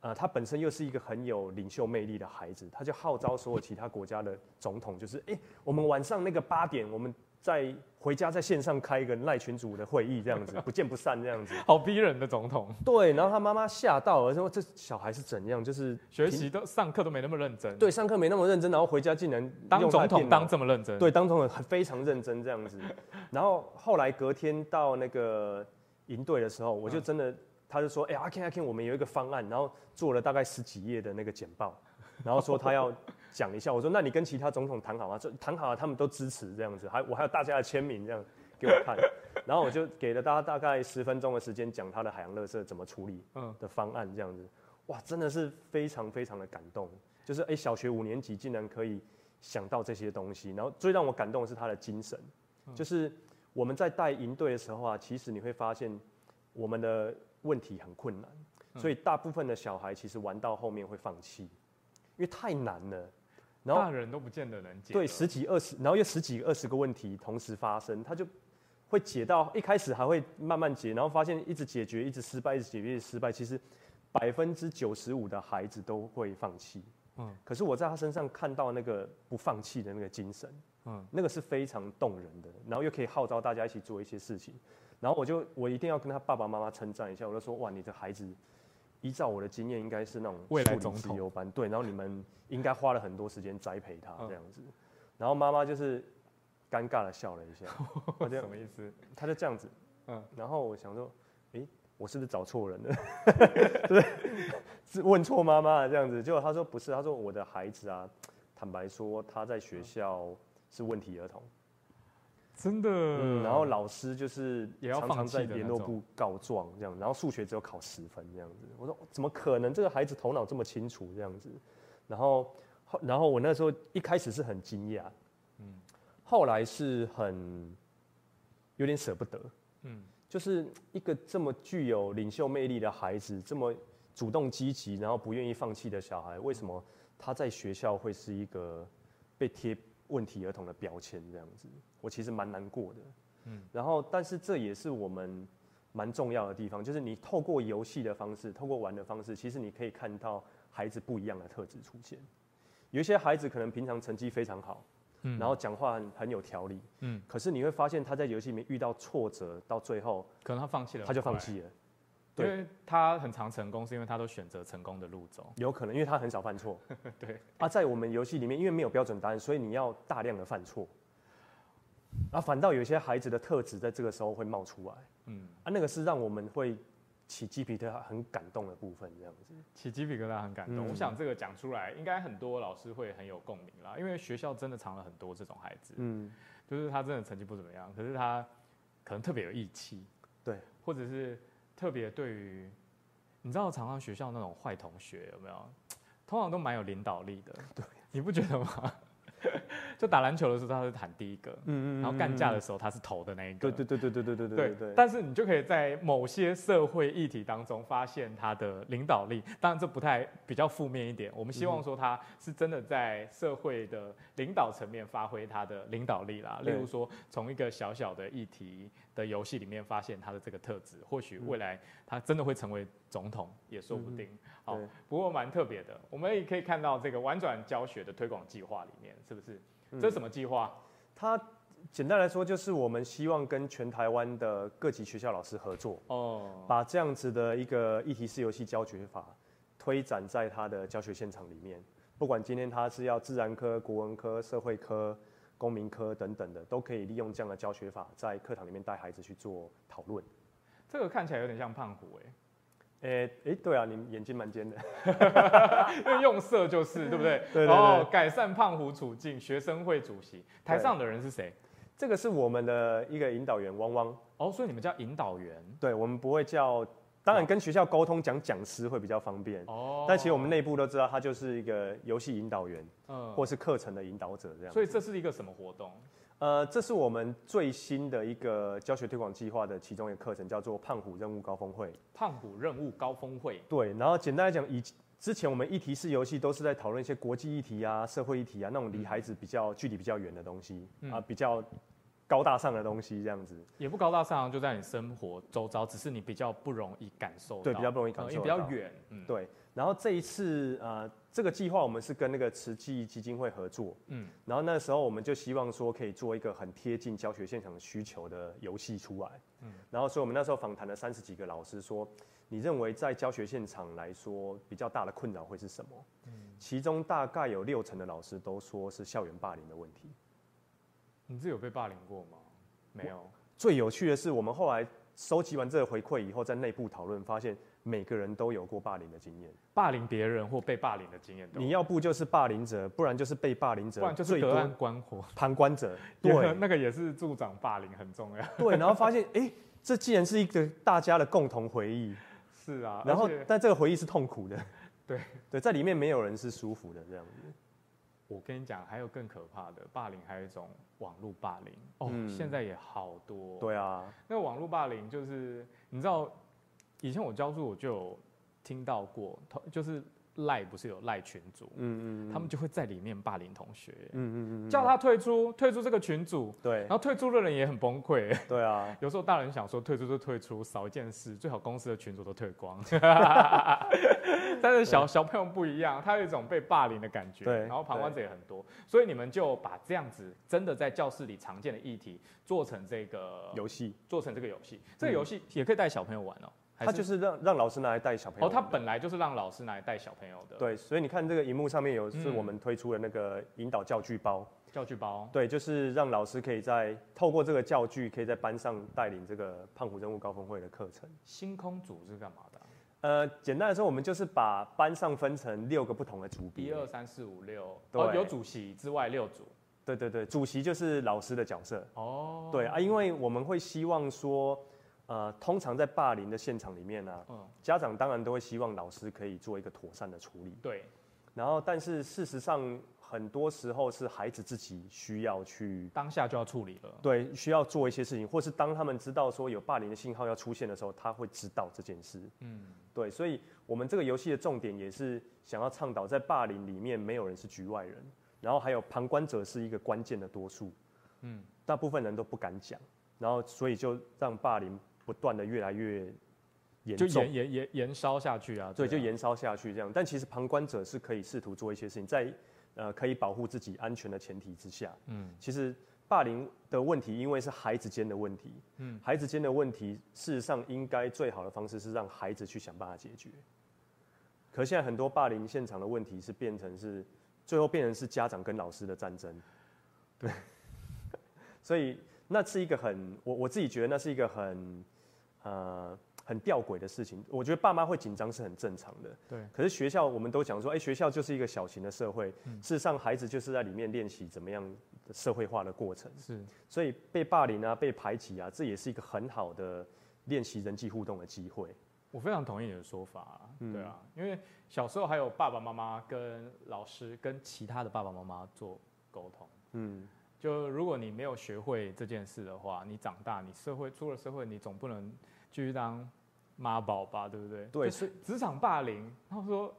Speaker 2: 呃，他本身又是一个很有领袖魅力的孩子，他就号召所有其他国家的总统，就是哎、诶我们晚上那个八点，我们再回家在线上开一个赖群组的会议，这样 子不见不散这样子。
Speaker 1: 好逼人的总统，
Speaker 2: 对，然后他妈妈吓到了，说这小孩是怎样，就是
Speaker 1: 学习都上课都没那么认真，，
Speaker 2: 对上课没那么认真，然后回家竟然
Speaker 1: 当
Speaker 2: 用他
Speaker 1: 总
Speaker 2: 的
Speaker 1: 统
Speaker 2: 电脑
Speaker 1: 当这么认真，
Speaker 2: 对，当中很非常认真这样 子。然后后来隔天到那个营队的时候，
Speaker 1: 嗯
Speaker 2: 我就真的，他就说：“哎、阿 Ken 阿 Ken，我们有一个方案。”然后做了大概十几页的那个简报，然后说他要讲一下。我说：“那你跟其他总统谈好啊？说谈好啊，他们都支持这样子，还我还有大家的签名这样给我看。”然后我就给了大家大概十分钟的时间讲他的海洋垃圾怎么处理
Speaker 1: 嗯
Speaker 2: 的方案这样子。哇，真的是非常非常的感动，就是哎、小学五年级竟然可以想到这些东西，然后最让我感动的是他的精神，就是我们在带营队的时候啊，其实你会发现我们的问题很困难，所以大部分的小孩其实玩到后面会放弃，因为太难了，然后
Speaker 1: 大人都不见得能解了。
Speaker 2: 对十几二十，然后又十几二十个问题同时发生，他就会解到一开始还会慢慢解，然后发现一直解决，一直失败，一直解决，一直失败。其实百分之九十五的孩子都会放弃。
Speaker 1: 嗯
Speaker 2: 嗯，可是我在他身上看到那个不放弃的那个精神，
Speaker 1: 嗯
Speaker 2: 嗯，那个是非常动人的，然后又可以号召大家一起做一些事情。然后我就我一定要跟他爸爸妈妈称赞一下，我就说哇，你的孩子一依照我的经验，应该是那种
Speaker 1: 未来
Speaker 2: 树
Speaker 1: 总
Speaker 2: 林
Speaker 1: 统
Speaker 2: 之优班，对，然后你们应该花了很多时间栽培他
Speaker 1: 嗯
Speaker 2: 这样子，然后妈妈就是尴尬的笑了 一下，我就
Speaker 1: 什么意思？
Speaker 2: 他就这样子，
Speaker 1: 嗯
Speaker 2: 嗯，然后我想说，诶，我是不是找 错人了？就是是问错妈妈了这样子。结果他说不是，他说我的孩子啊，坦白说他在学校是问题儿童，
Speaker 1: 真的，
Speaker 2: 嗯，然后老师就是
Speaker 1: 也要
Speaker 2: 常
Speaker 1: 放
Speaker 2: 常
Speaker 1: 弃
Speaker 2: 在
Speaker 1: 的
Speaker 2: 联
Speaker 1: 那
Speaker 2: 络
Speaker 1: 种
Speaker 2: 部告状这样，然后数学只有考十分这样子。我说怎么可能？这个孩子头脑这么清楚这样子。然后，后然后我那时候一开始是很惊讶，
Speaker 1: 嗯
Speaker 2: 后来是很有点舍不得，
Speaker 1: 嗯，
Speaker 2: 就是一个这么具有领袖魅力的孩子，这么主动积极，然后不愿意放弃的小孩，为什么他在学校会是一个被贴问题儿童的标签这样子？我其实蛮难过的。
Speaker 1: 嗯
Speaker 2: 嗯，然后但是这也是我们蛮重要的地方，就是你透过游戏的方式，透过玩的方式，其实你可以看到孩子不一样的特质出现。有一些孩子可能平常成绩非常好，
Speaker 1: 嗯
Speaker 2: 然后讲话很很有条理，
Speaker 1: 嗯
Speaker 2: 嗯，可是你会发现他在游戏里面遇到挫折，到最后
Speaker 1: 可能他放弃了，
Speaker 2: 他就放，弃了。
Speaker 1: 因
Speaker 2: 对
Speaker 1: 为他很常成功，是因为他都选择成功的路走。
Speaker 2: 有可能，因为他很少犯错。
Speaker 1: 对，
Speaker 2: 啊，在我们游戏里面，因为没有标准答案，所以你要大量的犯错。啊，反倒有些孩子的特质在这个时候会冒出来，
Speaker 1: 嗯，
Speaker 2: 啊，那个是让我们会起鸡皮疙瘩、很感动的部分，这样子。
Speaker 1: 起鸡皮疙瘩，很感动。
Speaker 2: 嗯
Speaker 1: 我想这个讲出来，应该很多老师会很有共鸣啦，因为学校真的藏了很多这种孩子，
Speaker 2: 嗯，
Speaker 1: 就是他真的成绩不怎么样，可是他可能特别有义气，
Speaker 2: 对，
Speaker 1: 或者是特别对于，你知道常常学校那种坏同学有没有，通常都蛮有领导力的，对，你不觉得吗？ 就打篮球的时候他是喊第一个，
Speaker 2: 嗯
Speaker 1: 然后干架的，时候他是头的那一个，
Speaker 2: 对对对对对对对对对。
Speaker 1: 但是你就可以在某些社会议题当中发现他的领导力，当然这不太比较负面一点。我们希望说他是真的在社会的领导层面发挥他的领导力啦。例
Speaker 2: 对
Speaker 1: 如说，从一个小小的议题的游戏里面发现他的这个特质，或许未来他真的会成为总统也说不定。好
Speaker 2: 对，
Speaker 1: 不过蛮特别的，我们也可以看到这个玩转教学的推广计划里面，是不是？
Speaker 2: 嗯
Speaker 1: 这是什么计划？
Speaker 2: 他简单来说，就是我们希望跟全台湾的各级学校老师合作，
Speaker 1: 哦，
Speaker 2: 把这样子的一个议题式游戏教学法推展在他的教学现场里面，不管今天他是要自然科、国文科、社会科、公民科等等的，都可以利用这样的教学法在课堂里面带孩子去做讨论。
Speaker 1: 这个看起来有点像胖虎哎、
Speaker 2: 诶、诶、对啊，你眼睛蛮尖的，
Speaker 1: 因为用色就是对不对？
Speaker 2: 对对对
Speaker 1: 哦，改善胖虎处境，学生会主席，台上的人是谁？
Speaker 2: 这个是我们的一个引导员汪汪，
Speaker 1: 哦，所以你们叫引导员。
Speaker 2: 对我们不会叫，当然跟学校沟通讲讲师会比较方便，
Speaker 1: 哦，
Speaker 2: 但其实我们内部都知道他就是一个游戏引导员
Speaker 1: 嗯
Speaker 2: 或是课程的引导者这样子。
Speaker 1: 所以这是一个什么活动？
Speaker 2: 呃，这是我们最新的一个教学推广计划的其中一个课程，叫做“胖虎任务高峰会
Speaker 1: 胖虎任务高峰会”。。
Speaker 2: 对，然后简单来讲，以之前我们议题式游戏都是在讨论一些国际议题啊、社会议题啊那种离孩子比较距离比较远的东西、
Speaker 1: 嗯
Speaker 2: 啊，比较高大上的东西这样子。
Speaker 1: 也不高大上，就在你生活周遭，只是你比较不容易感受到，
Speaker 2: 对比较不容易感
Speaker 1: 嗯
Speaker 2: 受
Speaker 1: 因为比较
Speaker 2: 到
Speaker 1: 远，嗯，
Speaker 2: 对然后这一次呃，这个计划我们是跟那个慈济基金会合作，
Speaker 1: 嗯，
Speaker 2: 然后那时候我们就希望说可以做一个很贴近教学现场需求的游戏出来。
Speaker 1: 嗯
Speaker 2: 然后所以我们那时候访谈了三十几个老师说，你认为在教学现场来说比较大的困扰会是什么？
Speaker 1: 嗯
Speaker 2: 其中大概有六成的老师都说是校园霸凌的问题。
Speaker 1: 你自己有被霸凌过吗？没有，
Speaker 2: 最有趣的是，我们后来收集完这个回馈以后，在内部讨论发现，每个人都有过霸凌的经验。
Speaker 1: 霸凌别人或被霸凌的经验都有，
Speaker 2: 你要不就是霸凌者，不然就是被霸凌者，
Speaker 1: 不然就是
Speaker 2: 最
Speaker 1: 隔岸
Speaker 2: 多
Speaker 1: 观火，
Speaker 2: 旁观者。
Speaker 1: 也
Speaker 2: 对，
Speaker 1: 那个也是助长霸凌很重要。
Speaker 2: 对，然后发现，哎、这既然是一个大家的共同回忆，
Speaker 1: 是啊，
Speaker 2: 然后
Speaker 1: 而且
Speaker 2: 但这个回忆是痛苦的，
Speaker 1: 对
Speaker 2: 对，在里面没有人是舒服的这样子。
Speaker 1: 我跟你讲，还有更可怕的霸凌，还有一种网络霸凌哦，
Speaker 2: 嗯
Speaker 1: 现在也好多。，
Speaker 2: 对啊，
Speaker 1: 那网络霸凌就是你知道，以前我教书我就有听到过，同就是赖不是有赖群组，
Speaker 2: 嗯嗯，
Speaker 1: 他们就会在里面霸凌同学，
Speaker 2: 嗯嗯嗯，
Speaker 1: 叫他退出，退出这个群组，
Speaker 2: 对
Speaker 1: 然后退出的人也很崩溃。
Speaker 2: 对啊，
Speaker 1: 有时候大人想说退出就退出，少一件事，最好公司的群主都退 光。但是小小朋友不一样，他有一种被霸凌的感觉，
Speaker 2: 对
Speaker 1: 然后旁观者也很多，所以你们就把这样子真的在教室里常见的议题做成这个
Speaker 2: 游戏
Speaker 1: 嗯做成这个游戏，这个游戏也可以带小朋友玩哦。还
Speaker 2: 它就是让让老师拿来带小朋
Speaker 1: 哦，
Speaker 2: 友玩
Speaker 1: 它
Speaker 2: 的。
Speaker 1: 本来就是让老师拿来带小朋友的
Speaker 2: 对，所以你看这个荧幕上面有是
Speaker 1: 嗯
Speaker 2: 我们推出的那个引导教具包，
Speaker 1: 教具包。
Speaker 2: 对，就是让老师可以在透过这个教具，可以在班上带领这个胖虎生物高峰会的课程。
Speaker 1: 星空组是干嘛的啊？
Speaker 2: 呃，简单来说，我们就是把班上分成六个不同的组
Speaker 1: 一
Speaker 2: 别。
Speaker 1: 二三四五六，哦，
Speaker 2: 对
Speaker 1: 有主席之外六组。
Speaker 2: 对对对，主席就是老师的角色。
Speaker 1: 哦，
Speaker 2: 对啊，因为我们会希望说，呃，通常在霸凌的现场里面呢、啊，
Speaker 1: 嗯，
Speaker 2: 家长当然都会希望老师可以做一个妥善的处理。
Speaker 1: 对，
Speaker 2: 然后，但是事实上，很多时候是孩子自己需要去
Speaker 1: 当下就要处理了。
Speaker 2: 对需要做一些事情，或是当他们知道说有霸凌的信号要出现的时候，他会知道这件事。
Speaker 1: 嗯，
Speaker 2: 对，所以我们这个游戏的重点也是想要倡导，在霸凌里面没有人是局外人，然后还有旁观者是一个关键的多数。
Speaker 1: 嗯
Speaker 2: 嗯，大部分人都不敢讲，然后所以就让霸凌不断的越来越严
Speaker 1: 就
Speaker 2: 重。
Speaker 1: 延延延延烧下去啊。
Speaker 2: 对，
Speaker 1: 这
Speaker 2: 就
Speaker 1: 样
Speaker 2: 延烧下去这样。但其实旁观者是可以试图做一些事情，在呃可以保护自己安全的前提之下，
Speaker 1: 嗯
Speaker 2: 嗯，其实霸凌的问题，因为是孩子间的问题，
Speaker 1: 嗯
Speaker 2: 嗯，孩子间的问题，事实上应该最好的方式是让孩子去想办法解决。可现在很多霸凌现场的问题是变成是，最后变成是家长跟老师的战争，对， 所以那是一个很我我自己觉得那是一个很呃很吊诡的事情。我觉得爸妈会紧张是很正常的，
Speaker 1: 对。
Speaker 2: 可是学校我们都讲说，哎、学校就是一个小型的社会，事实上孩子就是在里面练习怎么样社会化的过程，
Speaker 1: 是
Speaker 2: 所以被霸凌啊、被排挤啊，这也是一个很好的练习人际互动的机会。
Speaker 1: 我非常同意你的说法啊、
Speaker 2: 嗯
Speaker 1: 对啊，因为小时候还有爸爸妈妈跟老师跟其他的爸爸妈妈做沟通。
Speaker 2: 嗯，
Speaker 1: 就如果你没有学会这件事的话，你长大，你社会出了社会，你总不能继续当妈宝吧，对不对？就
Speaker 2: 对
Speaker 1: 是职场霸凌，他说，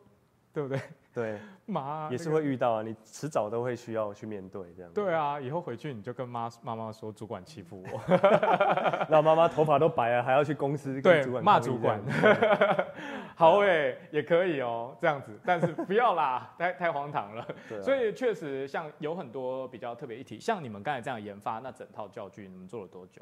Speaker 1: 对不对？
Speaker 2: 对，
Speaker 1: 妈
Speaker 2: 也是
Speaker 1: 那个
Speaker 2: 会遇到啊，你迟早都会需要去面对这样。
Speaker 1: 对啊，以后回去你就跟妈妈妈说，主管欺负我，
Speaker 2: 让妈妈头发都白了，还要去公司
Speaker 1: 对
Speaker 2: 跟主管
Speaker 1: 骂
Speaker 2: 抗议
Speaker 1: 主
Speaker 2: 这样
Speaker 1: 好哎、也可以哦，这样子，但是不要 啦，太太荒唐了。
Speaker 2: 对 啊
Speaker 1: 所以确实，像有很多比较特别一体，像你们刚才这样研发那整套教具，你们做了多久？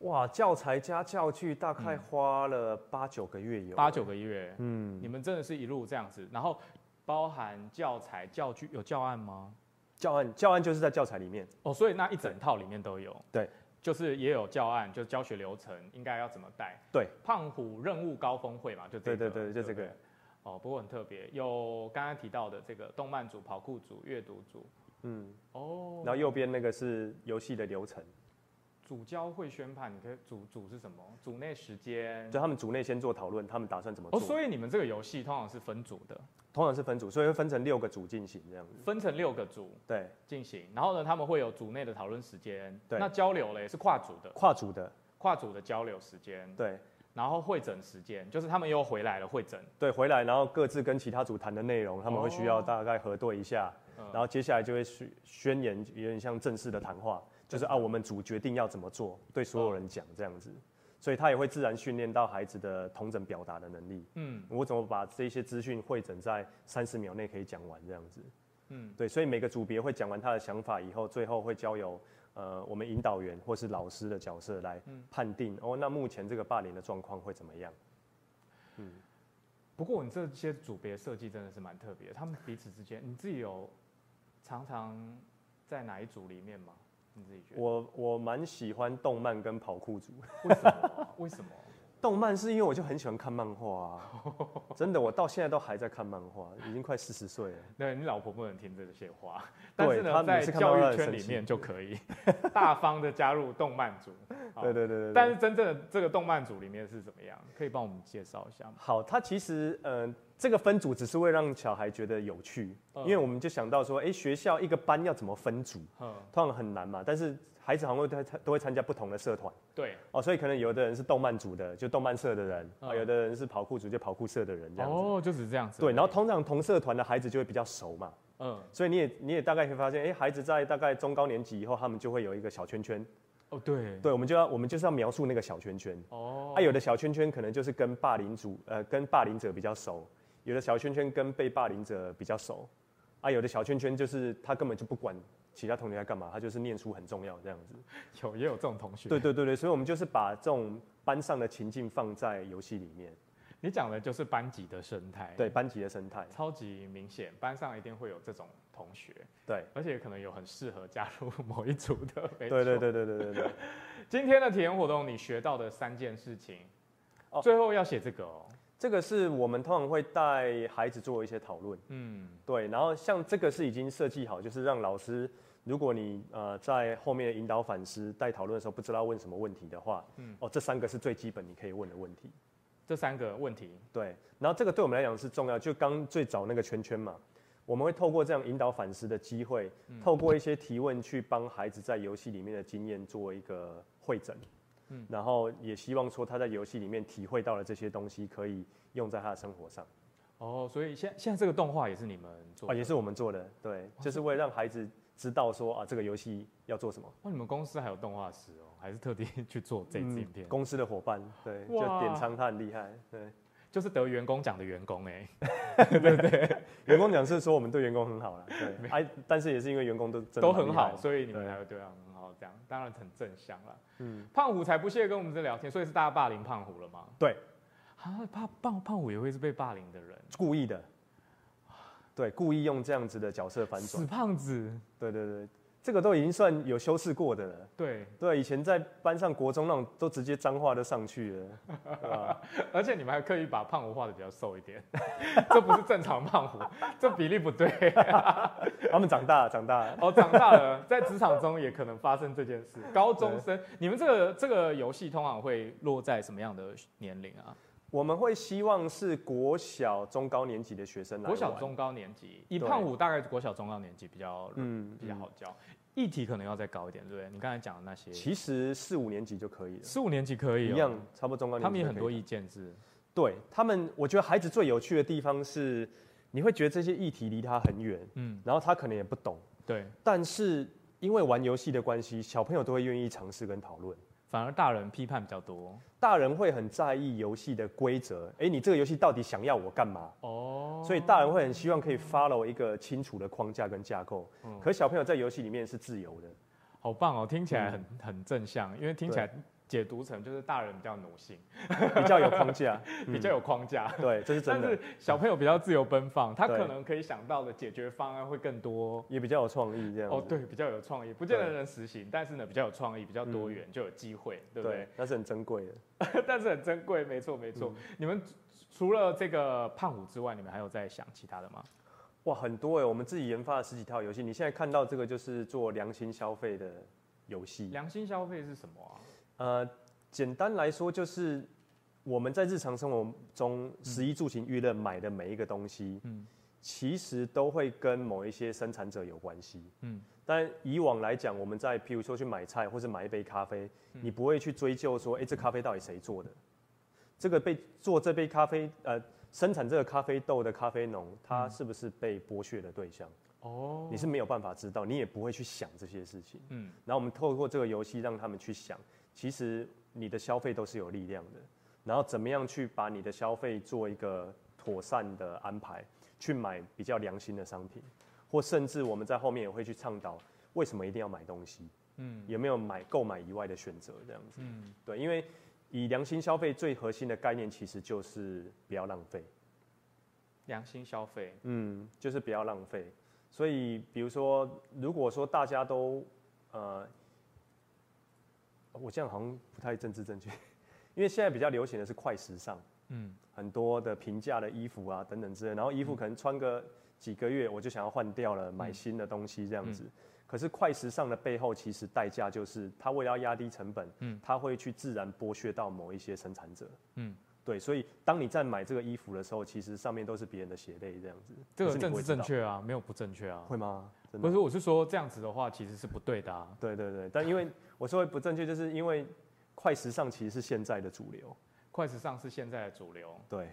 Speaker 2: 哇，教材加教具大概花了八九个月有。
Speaker 1: 嗯八九。个月，
Speaker 2: 嗯，
Speaker 1: 你们真的是一路这样子，然后包含教材、教具有教案吗？
Speaker 2: 教案教案就是在教材里面。
Speaker 1: 哦，所以那一整套里面都有。
Speaker 2: 对，
Speaker 1: 就是也有教案，就教学流程应该要怎么带。
Speaker 2: 对，
Speaker 1: 胖虎任务高峰会嘛，就这个。
Speaker 2: 对对对就这个
Speaker 1: 不对。哦，不过很特别，有刚刚提到的这个动漫组、跑酷组、阅读组。
Speaker 2: 嗯，
Speaker 1: 哦
Speaker 2: 然，后右边那个是游戏的流程，
Speaker 1: 主教会宣判，你可以组组是什么？组内时间
Speaker 2: 就。他们组内先做讨论，他们打算怎么
Speaker 1: 嗯哦，
Speaker 2: 做。
Speaker 1: 所以你们这个游戏通常是分组的，
Speaker 2: 通常是分组，所以会分成六个组进行这样子。
Speaker 1: 分成六个组
Speaker 2: 对，
Speaker 1: 进行，然后呢，他们会有组内的讨论时间。
Speaker 2: 对
Speaker 1: 那交流嘞是跨组的。
Speaker 2: 跨组的，
Speaker 1: 跨组的交流时间，
Speaker 2: 对
Speaker 1: 然后会诊时间，就是他们又回来了会诊，
Speaker 2: 对，回来然后各自跟其他组谈的内容，他们会需要
Speaker 1: 哦
Speaker 2: 大概核对一下，
Speaker 1: 嗯
Speaker 2: 然后接下来就会宣宣言，有点像正式的谈话，就是啊我们组决定要怎么做，对所有人讲这样子。所以他也会自然训练到孩子的同整表达的能力。
Speaker 1: 嗯
Speaker 2: 我怎么把这些资讯汇整在三十秒内可以讲完这样子？
Speaker 1: 嗯，
Speaker 2: 对，所以每个组别会讲完他的想法以后，最后会交由呃我们引导员或是老师的角色来判定、哦，那目前这个霸凌的状况会怎么样？嗯
Speaker 1: 不过你这些组别设计真的是蛮特别的，他们彼此之间，你自己有常常在哪一组里面吗？你自己觉得？
Speaker 2: 我我蛮喜欢动漫跟跑酷组，
Speaker 1: 为什么啊、为什么？
Speaker 2: 动漫是因为我就很喜欢看漫画、啊， 真的，我到现在都还在看漫画，已经快四十岁了。
Speaker 1: 对你老婆不能听这些话，但是
Speaker 2: 她
Speaker 1: 呢，在
Speaker 2: 每次看到
Speaker 1: 教
Speaker 2: 她
Speaker 1: 育
Speaker 2: 很
Speaker 1: 圈
Speaker 2: 生
Speaker 1: 里
Speaker 2: 气
Speaker 1: 面就可 以大方的加入动漫组。好
Speaker 2: 对对对对对
Speaker 1: 但是真正的这个动漫组里面是怎么样？可以帮我们介绍一下吗？
Speaker 2: 好，它其实呃，这个分组只是为了让小孩觉得有趣，
Speaker 1: 嗯
Speaker 2: 因为我们就想到说，哎、学校一个班要怎么分组，
Speaker 1: 嗯，
Speaker 2: 通常很难嘛，但是孩子好像都都会参加不同的社团。
Speaker 1: 对，
Speaker 2: 哦，所以可能有的人是动漫组的，就动漫社的人；
Speaker 1: 嗯
Speaker 2: 啊，有的人是跑酷组，就跑酷社的人这样子。
Speaker 1: 哦，就只是这样子而
Speaker 2: 对，
Speaker 1: 已。
Speaker 2: 然后通常同社团的孩子就会比较熟嘛，
Speaker 1: 嗯，
Speaker 2: 所以你也你也大概可以发现，哎、孩子在大概中高年级以后，他们就会有一个小圈圈。
Speaker 1: 哦对，
Speaker 2: 对，我们就要我们就是要描述那个小圈圈。
Speaker 1: 哦，
Speaker 2: 啊，有的小圈圈可能就是跟霸凌组呃跟霸凌者比较熟，有的小圈圈跟被霸凌者比较熟，啊，有的小圈圈就是他根本就不管其他同学在干嘛，他就是念书很重要这样子。
Speaker 1: 有也有这种同学，
Speaker 2: 对对对对，所以我们就是把这种班上的情境放在游戏里面，
Speaker 1: 你讲的就是班级的生态，
Speaker 2: 对，班级的生态，
Speaker 1: 超级明显，班上一定会有这种同学，
Speaker 2: 对，
Speaker 1: 而且可能有很适合加入某一组的。没
Speaker 2: 对对
Speaker 1: 错。
Speaker 2: 对对对对对。
Speaker 1: 今天的体验活动，你学到的三件事情，
Speaker 2: 哦
Speaker 1: 最后要写这个哦。
Speaker 2: 这个是我们通常会带孩子做一些讨论，
Speaker 1: 嗯，
Speaker 2: 对，然后像这个是已经设计好，就是让老师，如果你呃在后面引导反思带讨论的时候不知道问什么问题的话，
Speaker 1: 嗯
Speaker 2: 嗯，哦，这三个是最基本你可以问的问题，
Speaker 1: 这三个问题，
Speaker 2: 对，然后这个对我们来讲是重要，就刚最早那个圈圈嘛，我们会透过这样引导反思的机会，透过一些提问去帮孩子在游戏里面的经验做一个会诊，
Speaker 1: 嗯
Speaker 2: 嗯，然后也希望说他在游戏里面体会到了这些东西，可以用在他的生活上。
Speaker 1: 哦，所以现现在这个动画也是你们做
Speaker 2: 哦，
Speaker 1: 的，哦
Speaker 2: 也是我们做的，对，就是为了让孩子知道说啊，这个游戏要做什么。
Speaker 1: 哦，你们公司还有动画师哦，还是特地去做这支嗯影片，
Speaker 2: 嗯公司的伙伴，对，就
Speaker 1: 哇
Speaker 2: 点仓他很厉害， 对，
Speaker 1: 就是得员工奖的员工哎、
Speaker 2: 员工讲是说我们对员工很好了，对，哎、但是也是因为员工都真的
Speaker 1: 都
Speaker 2: 蛮
Speaker 1: 很
Speaker 2: 厉害
Speaker 1: 好，，所以你们
Speaker 2: 对
Speaker 1: 才会对他很好，这样当然很正向了。
Speaker 2: 嗯，
Speaker 1: 胖虎才不屑跟我们这聊天，所以是大家霸凌胖虎了吗？
Speaker 2: 对，
Speaker 1: 啊，胖胖胖虎也会是被霸凌的人，
Speaker 2: 故意的，对，故意用这样子的角色反转
Speaker 1: 死，胖子，
Speaker 2: 对对对，这个都已经算有修饰过的了。
Speaker 1: 对，
Speaker 2: 对，以前在班上国中那种都直接脏话都上去了，对吧
Speaker 1: 而且你们还刻意把胖虎画的比较瘦一点， 这不是正常胖虎， 这比例不对。
Speaker 2: 他们长大长大，
Speaker 1: 哦，长大了，在职场中也可能发生这件 事。高中生，你们这个这个游戏通常会落在什么样的年龄啊？
Speaker 2: 我们会希望是国小中高年级的学生来
Speaker 1: 国小
Speaker 2: 玩
Speaker 1: 中高年级，以
Speaker 2: 对
Speaker 1: 胖虎大概国小中高年级比较
Speaker 2: 嗯
Speaker 1: 比较好教，议题可能要再高一点，对不对？你刚才讲的那些，
Speaker 2: 嗯其实四五年级就可以了，
Speaker 1: 四五年级可以、哦，
Speaker 2: 一样，差不多中高年级。
Speaker 1: 他们也很多，意见是，
Speaker 2: 对他们，我觉得孩子最有趣的地方是，你会觉得这些议题离他很远，
Speaker 1: 嗯，
Speaker 2: 然后他可能也不懂，
Speaker 1: 对，
Speaker 2: 但是因为玩游戏的关系，小朋友都会愿意尝试跟讨论。
Speaker 1: 反而大人批判比较多。
Speaker 2: 大人会很在意游戏的规则，诶，你这个游戏到底想要我干嘛？
Speaker 1: 哦，
Speaker 2: 所以大人会很希望可以 follow 一个清楚的框架跟架构
Speaker 1: 嗯。
Speaker 2: 可小朋友在游戏里面是自由的，
Speaker 1: 好棒哦，听起
Speaker 2: 嗯
Speaker 1: 来很、很正向，因为听起来解读成就是大人比较奴性，
Speaker 2: 比较有 框架，嗯
Speaker 1: 比较有框架。
Speaker 2: 对，这是
Speaker 1: 但
Speaker 2: 真的
Speaker 1: 是，小朋友比较自由奔放，他
Speaker 2: 对
Speaker 1: 可能可以想到的解决方案会更多。
Speaker 2: 也比较有创意这样子。
Speaker 1: 哦，对，比较有创意，不见得
Speaker 2: 对
Speaker 1: 能实行，但是呢，比较有创意，比较多元，就有机会，对不
Speaker 2: 嗯对
Speaker 1: 对？，
Speaker 2: 那是很珍贵的。
Speaker 1: 但是很珍贵，没错没错。
Speaker 2: 嗯
Speaker 1: 你们除了这个胖虎之外，你们还有在想其他的吗？
Speaker 2: 哇，很多哎、我们自己研发了十几套游戏。你现在看到这个就是做良心消费的游戏。
Speaker 1: 良心消费是什么啊？
Speaker 2: 呃，简单来说就是我们在日常生活中，食衣住行娱乐买的每一个东西，
Speaker 1: 嗯
Speaker 2: 嗯，其实都会跟某一些生产者有关系。
Speaker 1: 嗯
Speaker 2: 嗯，但以往来讲，我们在譬如说去买菜或是买一杯咖啡，你不会去追究说，哎、这咖啡到底谁做的？这个被做这杯咖啡，呃，生产这个咖啡豆的咖啡农，他是不是被剥削的对象？
Speaker 1: 哦，
Speaker 2: 你是没有办法知道，你也不会去想这些事情。
Speaker 1: 嗯，
Speaker 2: 然后我们透过这个游戏让他们去想，其实你的消费都是有力量的。然后怎么样去把你的消费做一个妥善的安排，去买比较良心的商品，或甚至我们在后面也会去倡导为什么一定要买东西，
Speaker 1: 嗯
Speaker 2: 嗯，有没有买购买以外的选择这样子，
Speaker 1: 嗯
Speaker 2: 嗯，对，因为以良心消费最核心的概念其实就是不要浪费。
Speaker 1: 良心消费，
Speaker 2: 嗯，就是不要浪费。所以，比如说，如果说大家都呃，我这样好像不太政治正确， 因为现在比较流行的是快时尚，
Speaker 1: 嗯，
Speaker 2: 很多的平价的衣服啊等等之类，然后衣服可能穿个几个月我就想要换掉了，买新的东西这样
Speaker 1: 嗯
Speaker 2: 子。可是快时尚的背后，其实代价就是它为了要压低成本，
Speaker 1: 嗯
Speaker 2: 嗯，它会去自然剥削到某一些生产者，
Speaker 1: 嗯
Speaker 2: 嗯，对。所以当你在买这个衣服的时候，其实上面都是别人的血泪这样子。
Speaker 1: 这个
Speaker 2: 可是你
Speaker 1: 政
Speaker 2: 不
Speaker 1: 治
Speaker 2: 会知道
Speaker 1: 正确啊，没有不正确啊。
Speaker 2: 会吗？真的
Speaker 1: 不是，我是说这样子的话其实是不对的啊。
Speaker 2: 对对对，但因为我说不正确，就是因为快时尚其实是现在的主流。
Speaker 1: 快时尚是现在的主流，
Speaker 2: 对，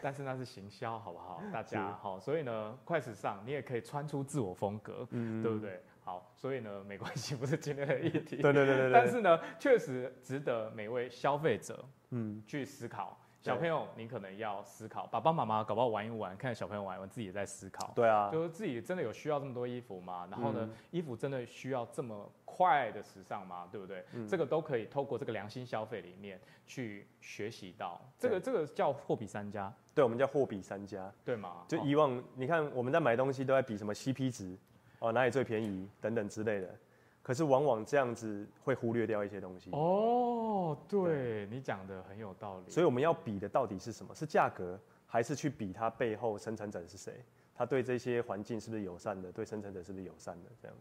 Speaker 1: 但是那是行销，好不好？大家好、所以呢，快时尚你也可以穿出自我风格，
Speaker 2: 嗯
Speaker 1: 对不？对？好，所以呢，没关系，不是今天的议题。
Speaker 2: 对对对对对。
Speaker 1: 但是呢，确实值得每位消费者
Speaker 2: 嗯，
Speaker 1: 去思考。小朋友你可能要思考，爸爸妈妈搞不好玩一玩，看小朋友玩一玩，自己也在思考。
Speaker 2: 对啊，
Speaker 1: 就是自己真的有需要这么多衣服吗？然后呢，
Speaker 2: 嗯
Speaker 1: 衣服真的需要这么快的时尚吗？对不对？
Speaker 2: 嗯
Speaker 1: 这个都可以透过这个良心消费里面去学习到。这个这个叫货比三家，
Speaker 2: 对我们叫货比三家，
Speaker 1: 对吗？
Speaker 2: 就
Speaker 1: 哦
Speaker 2: 以往你看我们在买东西都在比什么 CP 值，哦哪里最便宜等等之类的，可是往往这样子会忽略掉一些东西。
Speaker 1: 哦，对你讲的很有道理。
Speaker 2: 所以我们要比的到底是什么？是价格，还是去比它背后生产者是谁？他对这些环境是不是友善的？对生产者是不是友善的？这样，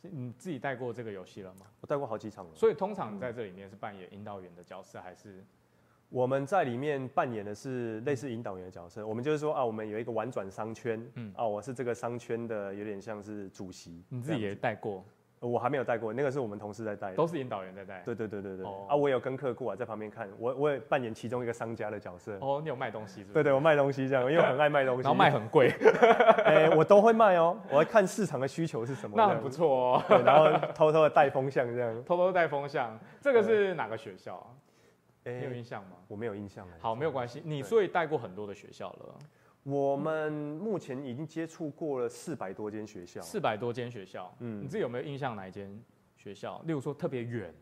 Speaker 1: 你自己带过这个游戏了吗？
Speaker 2: 我带过好几场了。
Speaker 1: 所以通常你在这里面是扮演引导员的角色，还是
Speaker 2: 我们在里面扮演的
Speaker 1: 嗯
Speaker 2: 是类似引导员的角色。我们就是说啊，我们有一个玩转商圈，
Speaker 1: 嗯
Speaker 2: 嗯，啊，我是这个商圈的有点像是主席。
Speaker 1: 你自己
Speaker 2: 这样
Speaker 1: 也带过，
Speaker 2: 呃我还没有带过，那个是我们同事在带的。
Speaker 1: 都是引导员在带？
Speaker 2: 对对对对对。
Speaker 1: 哦
Speaker 2: 啊，我也有跟客过啊，在旁边看，我我也扮演其中一个商家的角色。
Speaker 1: 哦，你有卖东西是不是？
Speaker 2: 对对，我卖东西这样，因为我很爱卖东西。
Speaker 1: 然后卖很贵，
Speaker 2: 哎、我都会卖哦，我要看市场的需求是什么。
Speaker 1: 那
Speaker 2: 这
Speaker 1: 很
Speaker 2: 样
Speaker 1: 不错哦。
Speaker 2: 对，然后偷偷的带风向这样。
Speaker 1: 偷偷带风向，这个是哪个学校啊？
Speaker 2: 哎、
Speaker 1: 你有印象吗？
Speaker 2: 我没有印象哎。
Speaker 1: 好，没有关系。你所以带过很多的学校了，
Speaker 2: 我们目前已经接触过了四百多间学校。
Speaker 1: 四百多间学校，
Speaker 2: 嗯
Speaker 1: 你自己有没有印象哪一间学校？例如说特别远，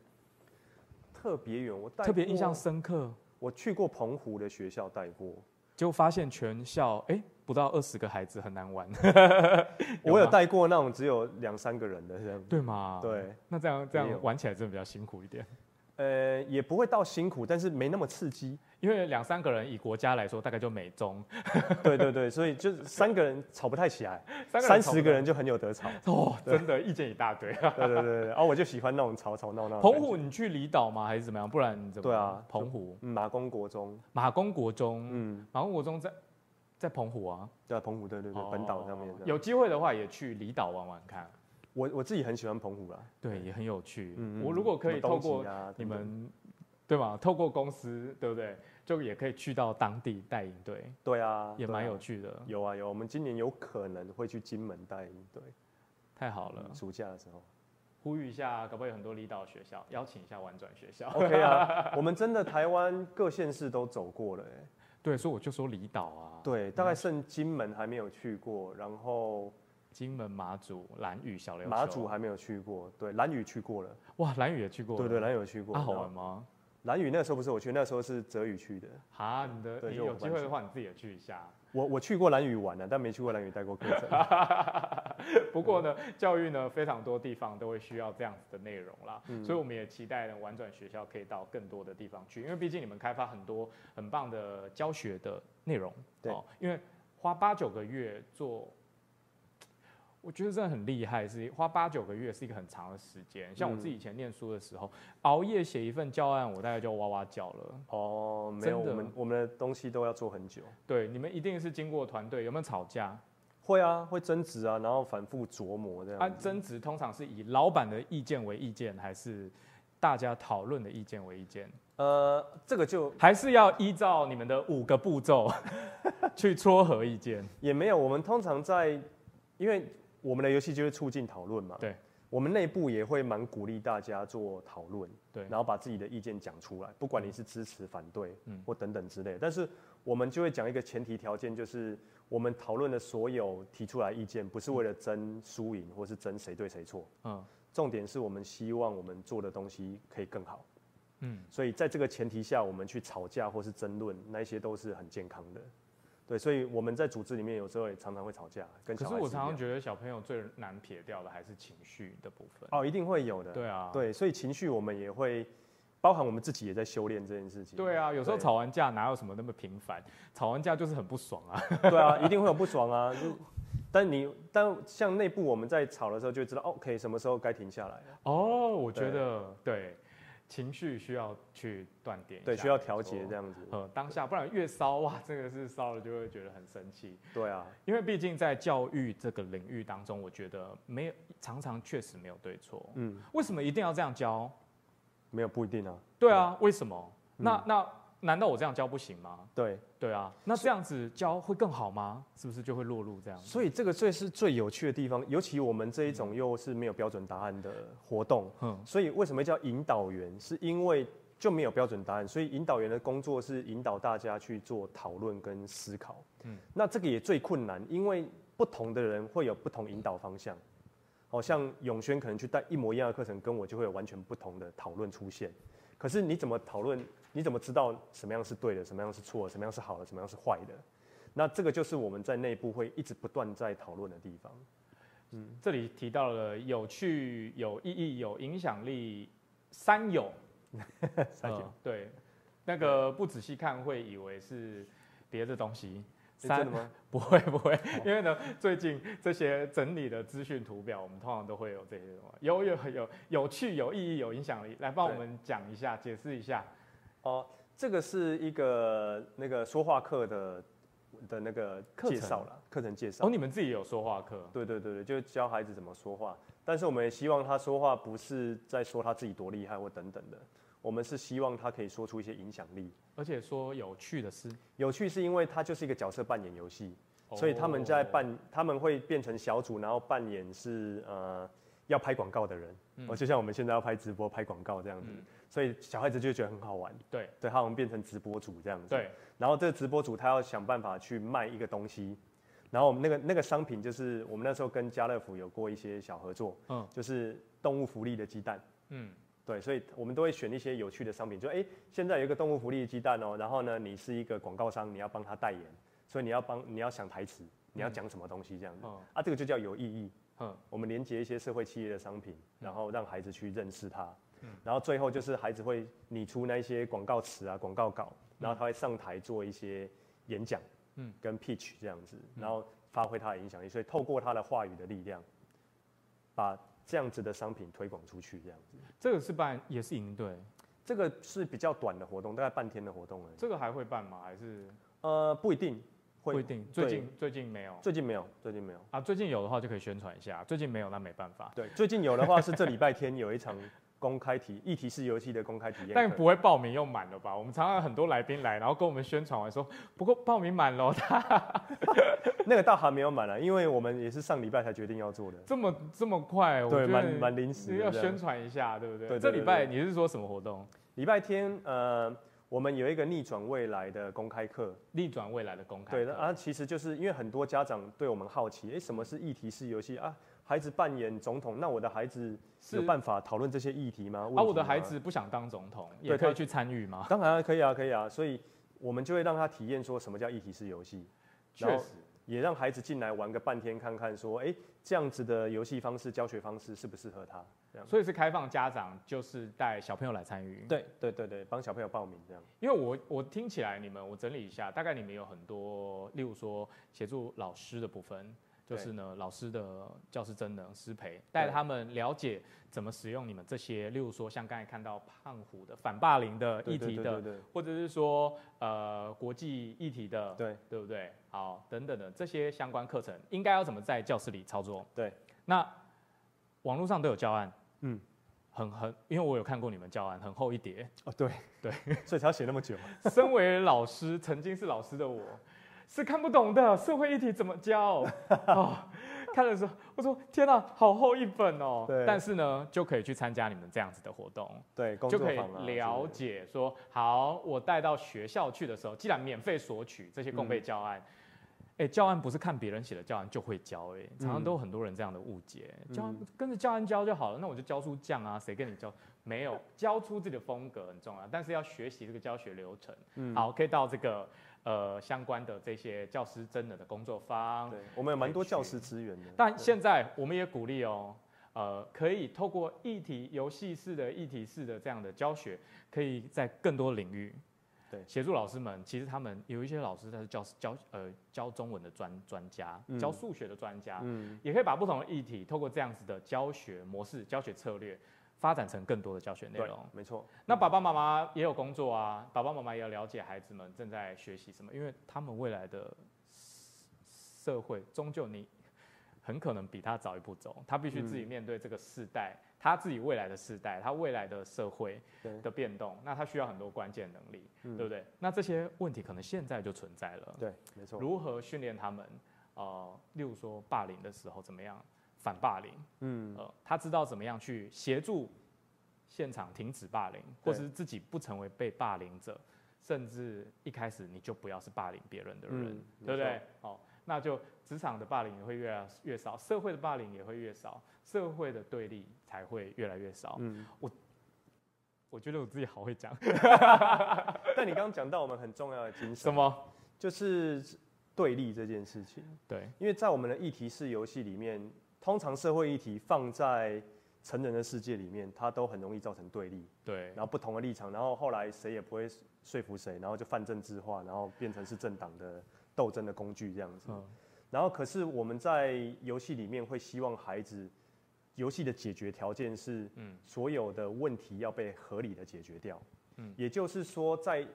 Speaker 2: 特别远，我带
Speaker 1: 特别
Speaker 2: 过
Speaker 1: 印象，深刻，
Speaker 2: 我去过澎湖的学校带过，
Speaker 1: 结果发现全校哎、不到二十个孩子很难 玩，有
Speaker 2: 我有
Speaker 1: 吗啊
Speaker 2: 带过那种只有两三个人的这样。
Speaker 1: 对吗？。
Speaker 2: 对，
Speaker 1: 那这样这
Speaker 2: 也
Speaker 1: 样
Speaker 2: 有
Speaker 1: 玩起来真的比较辛苦一点，
Speaker 2: 呃，也不会到辛苦，但是没那么 刺激。
Speaker 1: 因为两三个人以国家来说大概就美中，
Speaker 2: 对对对，所以就三个人吵不太起来，
Speaker 1: 三个人
Speaker 2: 三
Speaker 1: 吵
Speaker 2: 十
Speaker 1: 不
Speaker 2: 个
Speaker 1: 到
Speaker 2: 人就哦很有 得吵。
Speaker 1: 哦，真的意见一 大堆。
Speaker 2: 对对对对，然后我就喜欢那种吵吵闹闹的感
Speaker 1: 澎
Speaker 2: 觉。
Speaker 1: 湖，你去离岛吗？还是怎么样？不然你怎么？
Speaker 2: 对啊
Speaker 1: 澎湖
Speaker 2: 嗯马公国中，
Speaker 1: 马公国中，
Speaker 2: 嗯，
Speaker 1: 马公国中在在澎湖啊，
Speaker 2: 对啊，澎湖，对对对，啊本岛上面
Speaker 1: 哦
Speaker 2: 这样
Speaker 1: 有机会的话也去离岛玩玩看，
Speaker 2: 我我自己很喜欢澎湖啦。
Speaker 1: 对，也很有趣。
Speaker 2: 嗯
Speaker 1: 我如果可以透过你
Speaker 2: 你们
Speaker 1: 们，对吧？透过公司，对不对？就也可以去到当地带营队，
Speaker 2: 对啊，
Speaker 1: 也
Speaker 2: 对啊
Speaker 1: 蛮有趣的。
Speaker 2: 有啊有，我们今年有可能会去金门带营队，
Speaker 1: 太好了，
Speaker 2: 暑假的时候。
Speaker 1: 嗯呼吁一下，搞不好有很多离岛学校，邀请一下玩转学校。
Speaker 2: OK 啊，我们真的台湾各县市都走过了、欸，
Speaker 1: 对，所以我就说离岛啊，，
Speaker 2: 对，大概剩金门还没有去过，然后
Speaker 1: 金门、马祖、兰屿、小琉球。
Speaker 2: 马祖还没有去过，对，兰屿去过了，
Speaker 1: 哇，兰屿也去过了。
Speaker 2: 对对，兰屿有去过，
Speaker 1: 啊，好玩
Speaker 2: 然后
Speaker 1: 吗？
Speaker 2: 兰屿那时候不是我去，那时候是泽宇去的，
Speaker 1: 啊，你的
Speaker 2: 对
Speaker 1: 你
Speaker 2: 就我
Speaker 1: 有
Speaker 2: 们
Speaker 1: 机会的话，你自己也去一下。
Speaker 2: 我我去过兰屿玩了、啊但没去过兰屿带过课 程。
Speaker 1: 不过呢，教育呢非常多地方都会需要这样子的内容啦，
Speaker 2: 嗯
Speaker 1: 所以我们也期待呢玩转学校可以到更多的地方去，因为毕竟你们开发很多很棒的教学的内容，哦
Speaker 2: 对
Speaker 1: 因为花八九个月做。我觉得真的很厉害，是花八九个月是一个很长的时间。
Speaker 2: 嗯
Speaker 1: 像我自己以前念书的时候，熬夜写一份教案，我大概就哇哇叫了。
Speaker 2: 哦，没有，
Speaker 1: 真的
Speaker 2: 我们我们的东西都要做很久，
Speaker 1: 对，你们一定是经过团队，有没有吵架？
Speaker 2: 会啊，会争执啊，然后反复琢磨这样
Speaker 1: 啊，
Speaker 2: 子。
Speaker 1: 争执通常是以老板的意见为意见，还是大家讨论的意见为意见？
Speaker 2: 呃，这个就
Speaker 1: 还是要依照你们的五个步 骤去撮合意见？
Speaker 2: 也没有，我们通常在，因为我们的游戏就是促进讨论嘛。
Speaker 1: 对。
Speaker 2: 我们内部也会蛮鼓励大家做讨论，
Speaker 1: 对
Speaker 2: 然后把自己的意见讲出来，不管你是支持、反对，
Speaker 1: 嗯
Speaker 2: 嗯，或等等之类的。但是我们就会讲一个前提条件，就是我们讨论的所有提出来意见，不是为了争输赢，或是争谁对谁错。
Speaker 1: 嗯
Speaker 2: 重点是我们希望我们做的东西可以更好。
Speaker 1: 嗯，
Speaker 2: 所以在这个前提下，我们去吵架或是争论，那一些都是很健康的。对，所以我们在组织里面有时候也常常会吵架，跟
Speaker 1: 可
Speaker 2: 小
Speaker 1: 是
Speaker 2: 孩
Speaker 1: 我
Speaker 2: 子一
Speaker 1: 常常
Speaker 2: 样。
Speaker 1: 觉得小朋友最难撇掉的还是情绪的部分。
Speaker 2: 哦，一定会有的。、
Speaker 1: 对啊，
Speaker 2: 对，所以情绪我们也会，包含我们自己也在修炼这件事情。
Speaker 1: 对啊，有时候
Speaker 2: 对
Speaker 1: 吵完架哪有什么那么频繁？吵完架就是很不爽 啊。
Speaker 2: 对啊，一定会有不爽啊。就但你但像内部我们在吵的时候，就会知道哦 OK 什么时候该停下来，
Speaker 1: 哦，我觉得对，情绪需要去断点一下，
Speaker 2: 对，需要调
Speaker 1: 没
Speaker 2: 节
Speaker 1: 错
Speaker 2: 这。样子。
Speaker 1: 呃，当下不然越烧哇，这个是烧了就会觉得很生气。
Speaker 2: 对啊，
Speaker 1: 因为毕竟在教育这个领域当中，我觉得没有常常确实没有对错。
Speaker 2: 嗯，
Speaker 1: 为什么一定要这样教？
Speaker 2: 没有不一定啊。
Speaker 1: 对啊，为什么？
Speaker 2: 嗯
Speaker 1: 那那难道我这样教不行吗？
Speaker 2: 对，
Speaker 1: 对啊，那这样子教会更好吗？是不是就会落入这样？
Speaker 2: 所以这个最是最有趣的地方，尤其我们这一种又是没有标准答案的活动。
Speaker 1: 嗯，
Speaker 2: 所以为什么叫引导员？是因为就没有标准答案，所以引导员的工作是引导大家去做讨论跟思考。嗯，那这个也最困难，因为不同的人会有不同引导方向。好、像永轩可能去带一模一样的课程，跟我就会有完全不同的讨论出现。可是你怎么讨论？你怎么知道什么样是对的，什么样是错的，什么样是好的，什么样是坏的？那这个就是我们在内部会一直不断在讨论的地方。
Speaker 1: 这里提到了有趣、有意义、有影响力，三有。
Speaker 2: 三有
Speaker 1: 嗯对，那个不仔细看会以为是别的东西。
Speaker 2: 是真
Speaker 1: 三
Speaker 2: 的 吗？哦
Speaker 1: 不会不会，因为呢，最近这些整理的资讯图表，我们通常都会有这些什么有有有有趣、有意义、有影响力，来帮我
Speaker 2: 对
Speaker 1: 们讲一下、解释一下。
Speaker 2: 哦，这个是一个那个说话课的的那个
Speaker 1: 课
Speaker 2: 介
Speaker 1: 程
Speaker 2: 绍了，课程介绍。
Speaker 1: 哦，你们自己有说话课，
Speaker 2: 对对对对，就教孩子怎么说话。但是我们也希望他说话不是在说他自己多厉害或等等的，我们是希望他可以说出一些影响力。
Speaker 1: 而且说有趣的事，
Speaker 2: 有趣是因为它就是一个角色扮演游戏，所以他们在
Speaker 1: 哦
Speaker 2: 扮，他们会变成小组，然后扮演是呃要拍广告的人，
Speaker 1: 嗯
Speaker 2: 哦，就像我们现在要拍直播、拍广告这样子，所以小孩子就觉得很好玩，
Speaker 1: 哦对
Speaker 2: 对，他们变成直播主这样子，
Speaker 1: 对，
Speaker 2: 然后这个直播主他要想办法去卖一个东西，然后我们那个那个商品就是我们那时候跟家乐福有过一些小合作，
Speaker 1: 嗯
Speaker 2: 就是动物福利的鸡蛋。
Speaker 1: 嗯，
Speaker 2: 对，所以我们都会选一些有趣的商品，就哎、诶现在有一个动物福利鸡蛋哦，然后呢，你是一个广告商，你要帮他代言，所以你要帮你要想台词，你要讲什么东西这样子、
Speaker 1: 嗯
Speaker 2: 啊，这个就叫有意义。
Speaker 1: 嗯
Speaker 2: 我们连接一些社会企业的商品，然后让孩子去认识它，
Speaker 1: 嗯
Speaker 2: 然后最后就是孩子会拟出那一些广告词啊、广告稿，然后他会上台做一些演讲，
Speaker 1: 嗯
Speaker 2: 嗯，跟 pitch 这样子，然后发挥他的影响力，所以透过他的话语的力量，把这样子的商品推广出去，这样子。
Speaker 1: 这个是办也是营队，
Speaker 2: 这个是比较短的活动，大概半天的活动而已。
Speaker 1: 这个还会办吗？还是
Speaker 2: 呃，不一定
Speaker 1: 不
Speaker 2: 会
Speaker 1: 一，定？
Speaker 2: 对
Speaker 1: 最近最近没有
Speaker 2: 最近没有，最近没有。
Speaker 1: 啊，最近有的话就可以宣传一下，最近没有那没办法，
Speaker 2: 对，最近有的话是这礼拜天有一场公开体议题式游戏的公开体验课，
Speaker 1: 但不会报名又满了吧？我们常常很多来宾来，然后跟我们宣传完说，不过报名满了，
Speaker 2: 那个倒还没有满了，啊因为我们也是上礼拜才决定要做的，
Speaker 1: 这么这么快，我
Speaker 2: 对，
Speaker 1: 觉
Speaker 2: 蛮
Speaker 1: 得
Speaker 2: 蛮临时
Speaker 1: 是要
Speaker 2: 的这
Speaker 1: 宣
Speaker 2: 样。
Speaker 1: 传一下，对不对？
Speaker 2: 对对
Speaker 1: 这
Speaker 2: 对
Speaker 1: 礼拜你是说什么活动？
Speaker 2: 礼拜天，呃，我们有一个逆转未来的公开课，
Speaker 1: 逆转未来的公开
Speaker 2: 对，
Speaker 1: 课
Speaker 2: 那啊，其实就是因为很多家长对我们好奇，哎、什么是议题式游戏啊？孩子扮演总统，那我的孩子
Speaker 1: 是
Speaker 2: 有办法讨论这些议题吗？
Speaker 1: 啊，
Speaker 2: 问
Speaker 1: 我
Speaker 2: 题
Speaker 1: 的
Speaker 2: 吗
Speaker 1: 孩子不想当总统，
Speaker 2: 对
Speaker 1: 也可以
Speaker 2: 他
Speaker 1: 去参与吗？
Speaker 2: 当然啊可以啊，可以啊，所以我们就会让他体验说什么叫议题式游戏，然
Speaker 1: 确
Speaker 2: 后
Speaker 1: 实，
Speaker 2: 也让孩子进来玩个半天，看看说，哎、这样子的游戏方式、教学方式适不适合他？这样，
Speaker 1: 所以是开放家长，就是带小朋友来参与。
Speaker 2: 对对对对，帮小朋友报名这样。
Speaker 1: 因为我我听起来你们，我整理一下，大概你们有很多，例如说协助老师的部分，就是呢老师的教师真能师培，带他们了解怎么使用你们这些，例如说像刚才看到胖虎的反霸凌的
Speaker 2: 对
Speaker 1: 议题
Speaker 2: 对
Speaker 1: 的，
Speaker 2: 对对
Speaker 1: 或者是说呃国际议题的，
Speaker 2: 对
Speaker 1: 对不对？好，等等的这些相关课程，应该要怎么在教室里操作？
Speaker 2: 对，
Speaker 1: 那网络上都有教案，
Speaker 2: 嗯，
Speaker 1: 很很，因为我有看过你们教案，很厚一叠。
Speaker 2: 哦对
Speaker 1: 对，
Speaker 2: 所以才要写那么久。啊
Speaker 1: 身为老师，曾经是老师的我，是看不懂的社会议题怎么教 哦。看的时候，我说天哪、好厚一本哦
Speaker 2: 对。
Speaker 1: 但是呢，就可以去参加你们这样子的活动，
Speaker 2: 对，工
Speaker 1: 就
Speaker 2: 作
Speaker 1: 可以
Speaker 2: 坊啊，
Speaker 1: 了解说，好，我带到学校去的时候，既然免费索取这些共备教
Speaker 2: 嗯
Speaker 1: 案。哎、教案不是看别人写的教案就会教、哎，常常
Speaker 2: 嗯
Speaker 1: 都有很多人这样的误解。
Speaker 2: 嗯
Speaker 1: 教案跟着教案教就好了，那我就教出酱啊，谁跟你教？没有，教出自己的风格很重要，但是要学习这个教学流程。
Speaker 2: 嗯
Speaker 1: 好，可以到这个呃相关的这些教师真人的工作坊。
Speaker 2: 对，我们有蛮多教师资源的。
Speaker 1: 但现在我们也鼓励哦，呃，可以透过议题游戏式的、议题式的这样的教学，可以在更多领域。
Speaker 2: 对
Speaker 1: 协助老师们，其实他们有一些老师他是教教呃教中文的专专家，
Speaker 2: 嗯
Speaker 1: 教数学的专家，
Speaker 2: 嗯，
Speaker 1: 也可以把不同的议题透过这样子的教学模式、教学策略，发展成更多的教学内
Speaker 2: 对
Speaker 1: 容。，
Speaker 2: 没错。
Speaker 1: 那爸爸妈妈也有工作啊，爸爸妈妈也要了解孩子们正在学习什么，因为他们未来的社社会，终究你很可能比他早一步走，他必须自己面对这个世代，他自己未来的世代，他未来的社会
Speaker 2: 对
Speaker 1: 的变动，那他需要很多关键能力，
Speaker 2: 嗯
Speaker 1: 对不对？那这些问题可能现在就存在了，
Speaker 2: 对，没错。
Speaker 1: 如何训练他们？呃，例如说霸凌的时候怎么样反霸凌？
Speaker 2: 嗯，
Speaker 1: 呃，他知道怎么样去协助现场停止霸凌，或
Speaker 2: 对
Speaker 1: 是自己不成为被霸凌者，甚至一开始你就不要是霸凌别人的人，
Speaker 2: 嗯
Speaker 1: 对不
Speaker 2: 没
Speaker 1: 对？好，那就职场的霸凌也会越来越少，社会的霸凌也会越少，社会的对立才会越来越少。
Speaker 2: 嗯，啊
Speaker 1: 我觉得我自己好会 讲
Speaker 2: 但你刚刚讲到我们很重要的精神，
Speaker 1: 什么？
Speaker 2: 就是对立这件事情。
Speaker 1: 对，
Speaker 2: 因为在我们的议题式游戏里面，通常社会议题放在成人的世界里面，它都很容易造成对立，
Speaker 1: 对
Speaker 2: 然，后不同的立场，然后后来谁也不会说服谁，然后就泛政治化，然后变成是政党的斗争的工具这样子。
Speaker 1: 嗯，
Speaker 2: 然后可是我们在游戏里面会希望孩子，游戏的解决条件是，
Speaker 1: 嗯
Speaker 2: 所有的问题要被合理的解决掉。
Speaker 1: 嗯
Speaker 2: 也就是说，在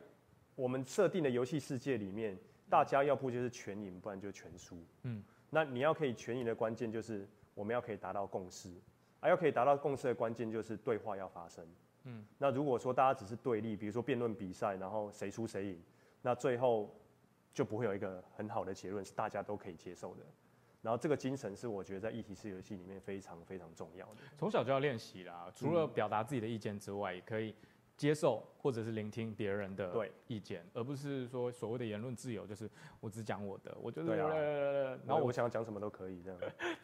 Speaker 2: 我们设定的游戏世界里面，大家要不就是全赢，不然就是全输。
Speaker 1: 嗯，
Speaker 2: 那你要可以全赢的关键就是我们要可以达到共识，啊而、要可以达到共识的关键就是对话要发生。
Speaker 1: 嗯，
Speaker 2: 那如果说大家只是对立，比如说辩论比赛，然后谁输谁赢，那最后就不会有一个很好的结论是大家都可以接受的。然后这个精神是我觉得在议题式游戏里面非常非常重要的。
Speaker 1: 从小就要练习
Speaker 2: 嗯
Speaker 1: 啦。除了表达自己的意见之外，也可以接受或者是聆听别人的
Speaker 2: 对
Speaker 1: 意见，而不是说所谓的言论自由，就是我只讲我的，我就是
Speaker 2: 对啊
Speaker 1: 然
Speaker 2: 然
Speaker 1: 后
Speaker 2: 后
Speaker 1: 我
Speaker 2: 我想要讲什么都可以这 样。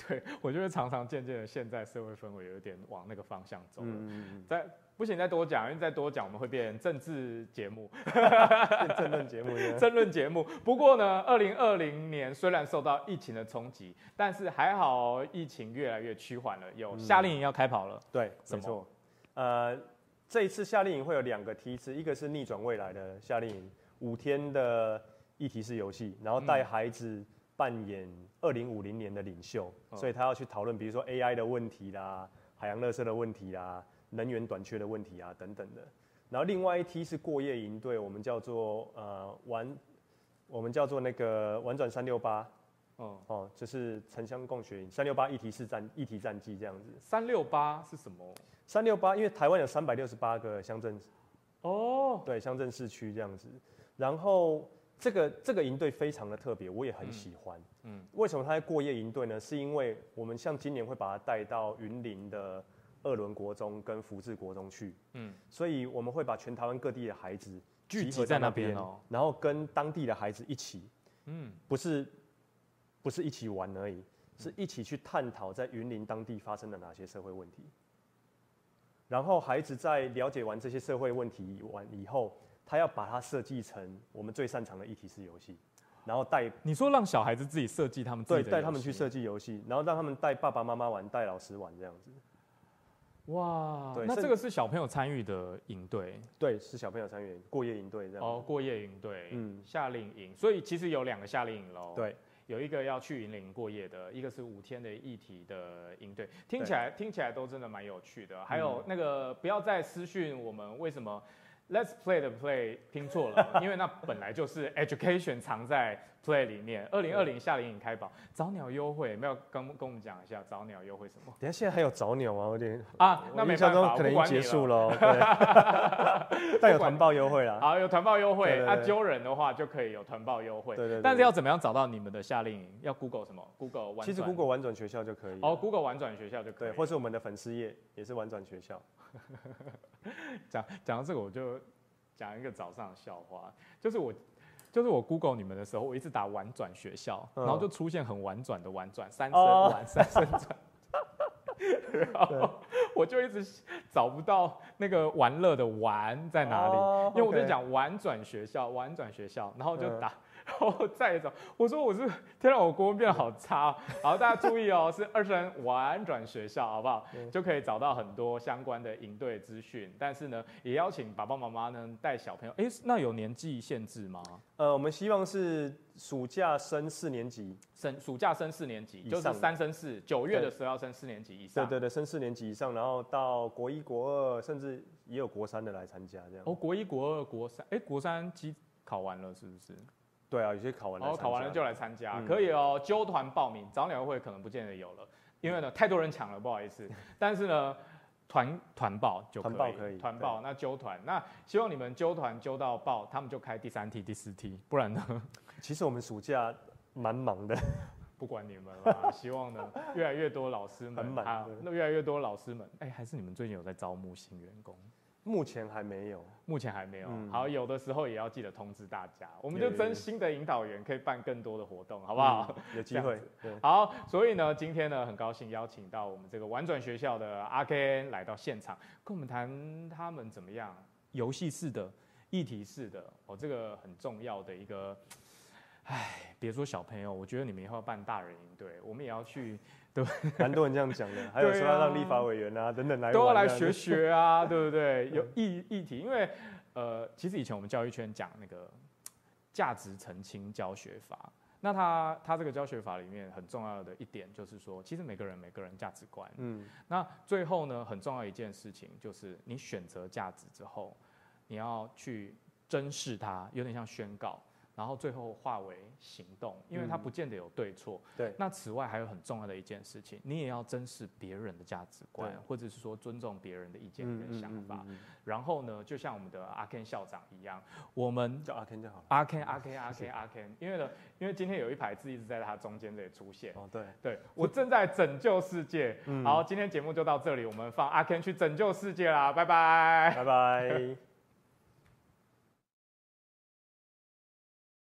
Speaker 1: 对 我觉得常常渐渐的，现在社会氛围有点往那个方向走了。
Speaker 2: 嗯，
Speaker 1: 再不行再多讲，因为再多讲我们会变政治节 目、
Speaker 2: 变政论节目呢？
Speaker 1: 争论节目。不过呢，二零二零年虽然受到疫情的冲击，但是还好疫情越来越趋缓了，
Speaker 2: 嗯
Speaker 1: 有夏令营要开跑了。
Speaker 2: 对，
Speaker 1: 什
Speaker 2: 没
Speaker 1: 么
Speaker 2: 错。呃，这一次夏令营会有两个梯次，一个是逆转未来的夏令营，五天的议题式游戏，然后带孩子扮演二零五零年的领袖，
Speaker 1: 哦
Speaker 2: 所以他要去讨论，比如说 AI 的问题啦、海洋垃圾的问题啦、能源短缺的问题啊等等的。然后另外一梯是过夜营队，我们叫做呃玩，我们叫做那个玩转三六八
Speaker 1: 嗯，
Speaker 2: 哦，就是城乡共学营三六八议题式战议题战绩这样子。
Speaker 1: 三六八是什么？
Speaker 2: 三六八，因为台湾有三百六十八个乡镇，
Speaker 1: 哦，
Speaker 2: 对乡镇市区这样子。然后这个这个营队非常的特别，我也很喜欢。
Speaker 1: 嗯
Speaker 2: 嗯，为什么它在过夜营队呢？是因为我们像今年会把它带到云林的二轮国中跟福智国中去，
Speaker 1: 嗯，
Speaker 2: 所以我们会把全台湾各地的孩子
Speaker 1: 聚集
Speaker 2: 合
Speaker 1: 在
Speaker 2: 在
Speaker 1: 那
Speaker 2: 那
Speaker 1: 边
Speaker 2: 边
Speaker 1: 哦，
Speaker 2: 然后跟当地的孩子一起，
Speaker 1: 嗯，
Speaker 2: 不是不是一起玩而已，是一起去探讨在云林当地发生了哪些社会问题。然后孩子在了解完这些社会问题完以后，他要把它设计成我们最擅长的议题式游戏，然后带
Speaker 1: 你说让小孩子自己设计他们自己
Speaker 2: 对
Speaker 1: 的
Speaker 2: 带
Speaker 1: 游
Speaker 2: 他们
Speaker 1: 戏
Speaker 2: 去设计游戏，然后让他们带爸爸妈妈玩，带老师玩这样子。
Speaker 1: 哇，
Speaker 2: 对
Speaker 1: 那
Speaker 2: 甚
Speaker 1: 这个是小朋友参与的营队
Speaker 2: 对，是小朋友参与过夜营队这样。
Speaker 1: 哦，过夜营队，
Speaker 2: 嗯
Speaker 1: 夏令营，所以其实有两个夏令营喽。
Speaker 2: 对，
Speaker 1: 有一个要去云林过夜的，一个是五天的议题的营队，听
Speaker 2: 对嗯
Speaker 1: 起来听起来都真的蛮有趣的。还有那个不要再私讯我们为什么 Let's Play 的 Play 拼错 了，因为那本来就是 Education 藏在 Play 里面。二零二零夏令营开跑，早鸟优惠，没有跟跟我们讲一下早鸟优惠什么
Speaker 2: 等一下现在还有早鸟啊，我有点
Speaker 1: 啊？那
Speaker 2: 我
Speaker 1: 没
Speaker 2: 印象
Speaker 1: 办
Speaker 2: 中
Speaker 1: 法，
Speaker 2: 可能已
Speaker 1: 我
Speaker 2: 经
Speaker 1: 不管你
Speaker 2: 结束
Speaker 1: 了。
Speaker 2: 了哦，对， 但有团报优惠啦。
Speaker 1: 好，有团报优惠，
Speaker 2: 对对
Speaker 1: 啊，
Speaker 2: 对
Speaker 1: 揪人的话就可以有团报优惠。
Speaker 2: 对对对
Speaker 1: 但是要怎么样找到你们的夏令营？要 Google 什么？Google 玩转。
Speaker 2: 其实 Google 玩转学校就可以了。
Speaker 1: 哦，Google 玩转学校就可以
Speaker 2: 对，
Speaker 1: 了。
Speaker 2: 或是我们的粉丝页也是玩转学校。
Speaker 1: 讲讲到这个，我就讲一个早上的笑话，就是我。就是我 Google 你们的时候，我一直打“婉转学校”，
Speaker 2: 嗯
Speaker 1: 然后就出现很婉转的“婉转”，三声
Speaker 2: 哦
Speaker 1: 婉，三声转， 然后我就一直找不到那个玩乐的“玩”在哪里，
Speaker 2: 哦
Speaker 1: 因为我就
Speaker 2: OK
Speaker 1: 讲“婉转学校”，“婉转学校”，然后我就
Speaker 2: 嗯
Speaker 1: 打， 然后再一找，我说我是天让我国文变得好差、哦，然后大家注意哦，是二声婉转学校，好不好？
Speaker 2: 嗯
Speaker 1: 就可以找到很多相关的营队资讯。但是呢，也邀请爸爸妈妈呢带小朋友。诶，那有年纪限制吗？
Speaker 2: 呃，我们希望是暑假升四年级，
Speaker 1: 升暑假升四年级，
Speaker 2: 以
Speaker 1: 就
Speaker 2: 上
Speaker 1: 是
Speaker 2: 的
Speaker 1: 三升四，九月的时候要升四年级以
Speaker 2: 对
Speaker 1: 上。
Speaker 2: 对对，升四年级以上，然后到国一、国二，甚至也有国三的来参加这样。
Speaker 1: 哦，国一、国二、国三，诶，国三期考完了是不是？
Speaker 2: 对啊，有些考完来
Speaker 1: 哦，
Speaker 2: 参加
Speaker 1: 考完了就来参加，
Speaker 2: 嗯
Speaker 1: 可以哦。揪团报名，早鸟会可能不见得有了，因为呢太多人抢了，不好意 思。但是呢，团团报就可以，
Speaker 2: 团报可以
Speaker 1: 团报那揪团，那希望你们揪团揪到爆，他们就开第三梯、第四梯，不然呢？
Speaker 2: 其实我们暑假蛮忙的，
Speaker 1: 不管你们了，希望呢越来越多老师
Speaker 2: 很
Speaker 1: 们，
Speaker 2: 满
Speaker 1: 啊
Speaker 2: 对，
Speaker 1: 那越来越多老师们，哎、还是你们最近有在招募新员工？
Speaker 2: 目前还没有，
Speaker 1: 目前还没有，
Speaker 2: 嗯
Speaker 1: 好，有的时候也要记得通知大家，我们
Speaker 2: 有
Speaker 1: 就
Speaker 2: 有
Speaker 1: 征
Speaker 2: 有
Speaker 1: 新的引导员，可以办更多的活动，好不好？
Speaker 2: 有机会。对，
Speaker 1: 好，所以呢，今天呢，很高兴邀请到我们这个玩转学校的阿 Ken 来到现场，跟我们谈他们怎么样游戏式的、议题式的，哦，这个很重要的一个。唉，别说小朋友，我觉得你们以后要办大人营队，我们也要去，
Speaker 2: 蛮多人这样讲 的，还有说
Speaker 1: 对啊
Speaker 2: 要让立法委员啊等等来
Speaker 1: 都要
Speaker 2: 玩
Speaker 1: 哎来
Speaker 2: 这样
Speaker 1: 学
Speaker 2: 子
Speaker 1: 学啊，对不对？有议议题，因为呃，其实以前我们教育圈讲那个价值澄清教学法，那他他这个教学法里面很重要的一点就是说，其实每个人每个人价值观，
Speaker 2: 嗯，
Speaker 1: 那最后呢，很重要一件事情就是，你选择价值之后，你要去珍视它，有点像宣告，然后最后化为行动，因为它
Speaker 2: 嗯
Speaker 1: 不见得有对错。
Speaker 2: 对
Speaker 1: 那此外还有很重要的一件事情，你也要珍视别人的价值观
Speaker 2: 对，
Speaker 1: 或者是说尊重别人的意见
Speaker 2: 嗯
Speaker 1: 跟
Speaker 2: 嗯
Speaker 1: 想
Speaker 2: 嗯
Speaker 1: 法。
Speaker 2: 嗯
Speaker 1: 然后呢，就像我们的阿 Ken 校长一样，我们
Speaker 2: 嗯叫阿 Ken 就好了。
Speaker 1: 阿 Ken 阿 Ken 阿 Ken 阿 Ken，因为呢，因为今天有一排字一直在他中间这里出现。
Speaker 2: 哦，对，
Speaker 1: 对我正在拯救世界。
Speaker 2: 嗯
Speaker 1: 好，今天节目就到这里，我们放阿 Ken 去拯救世界啦，拜拜。
Speaker 2: 拜拜。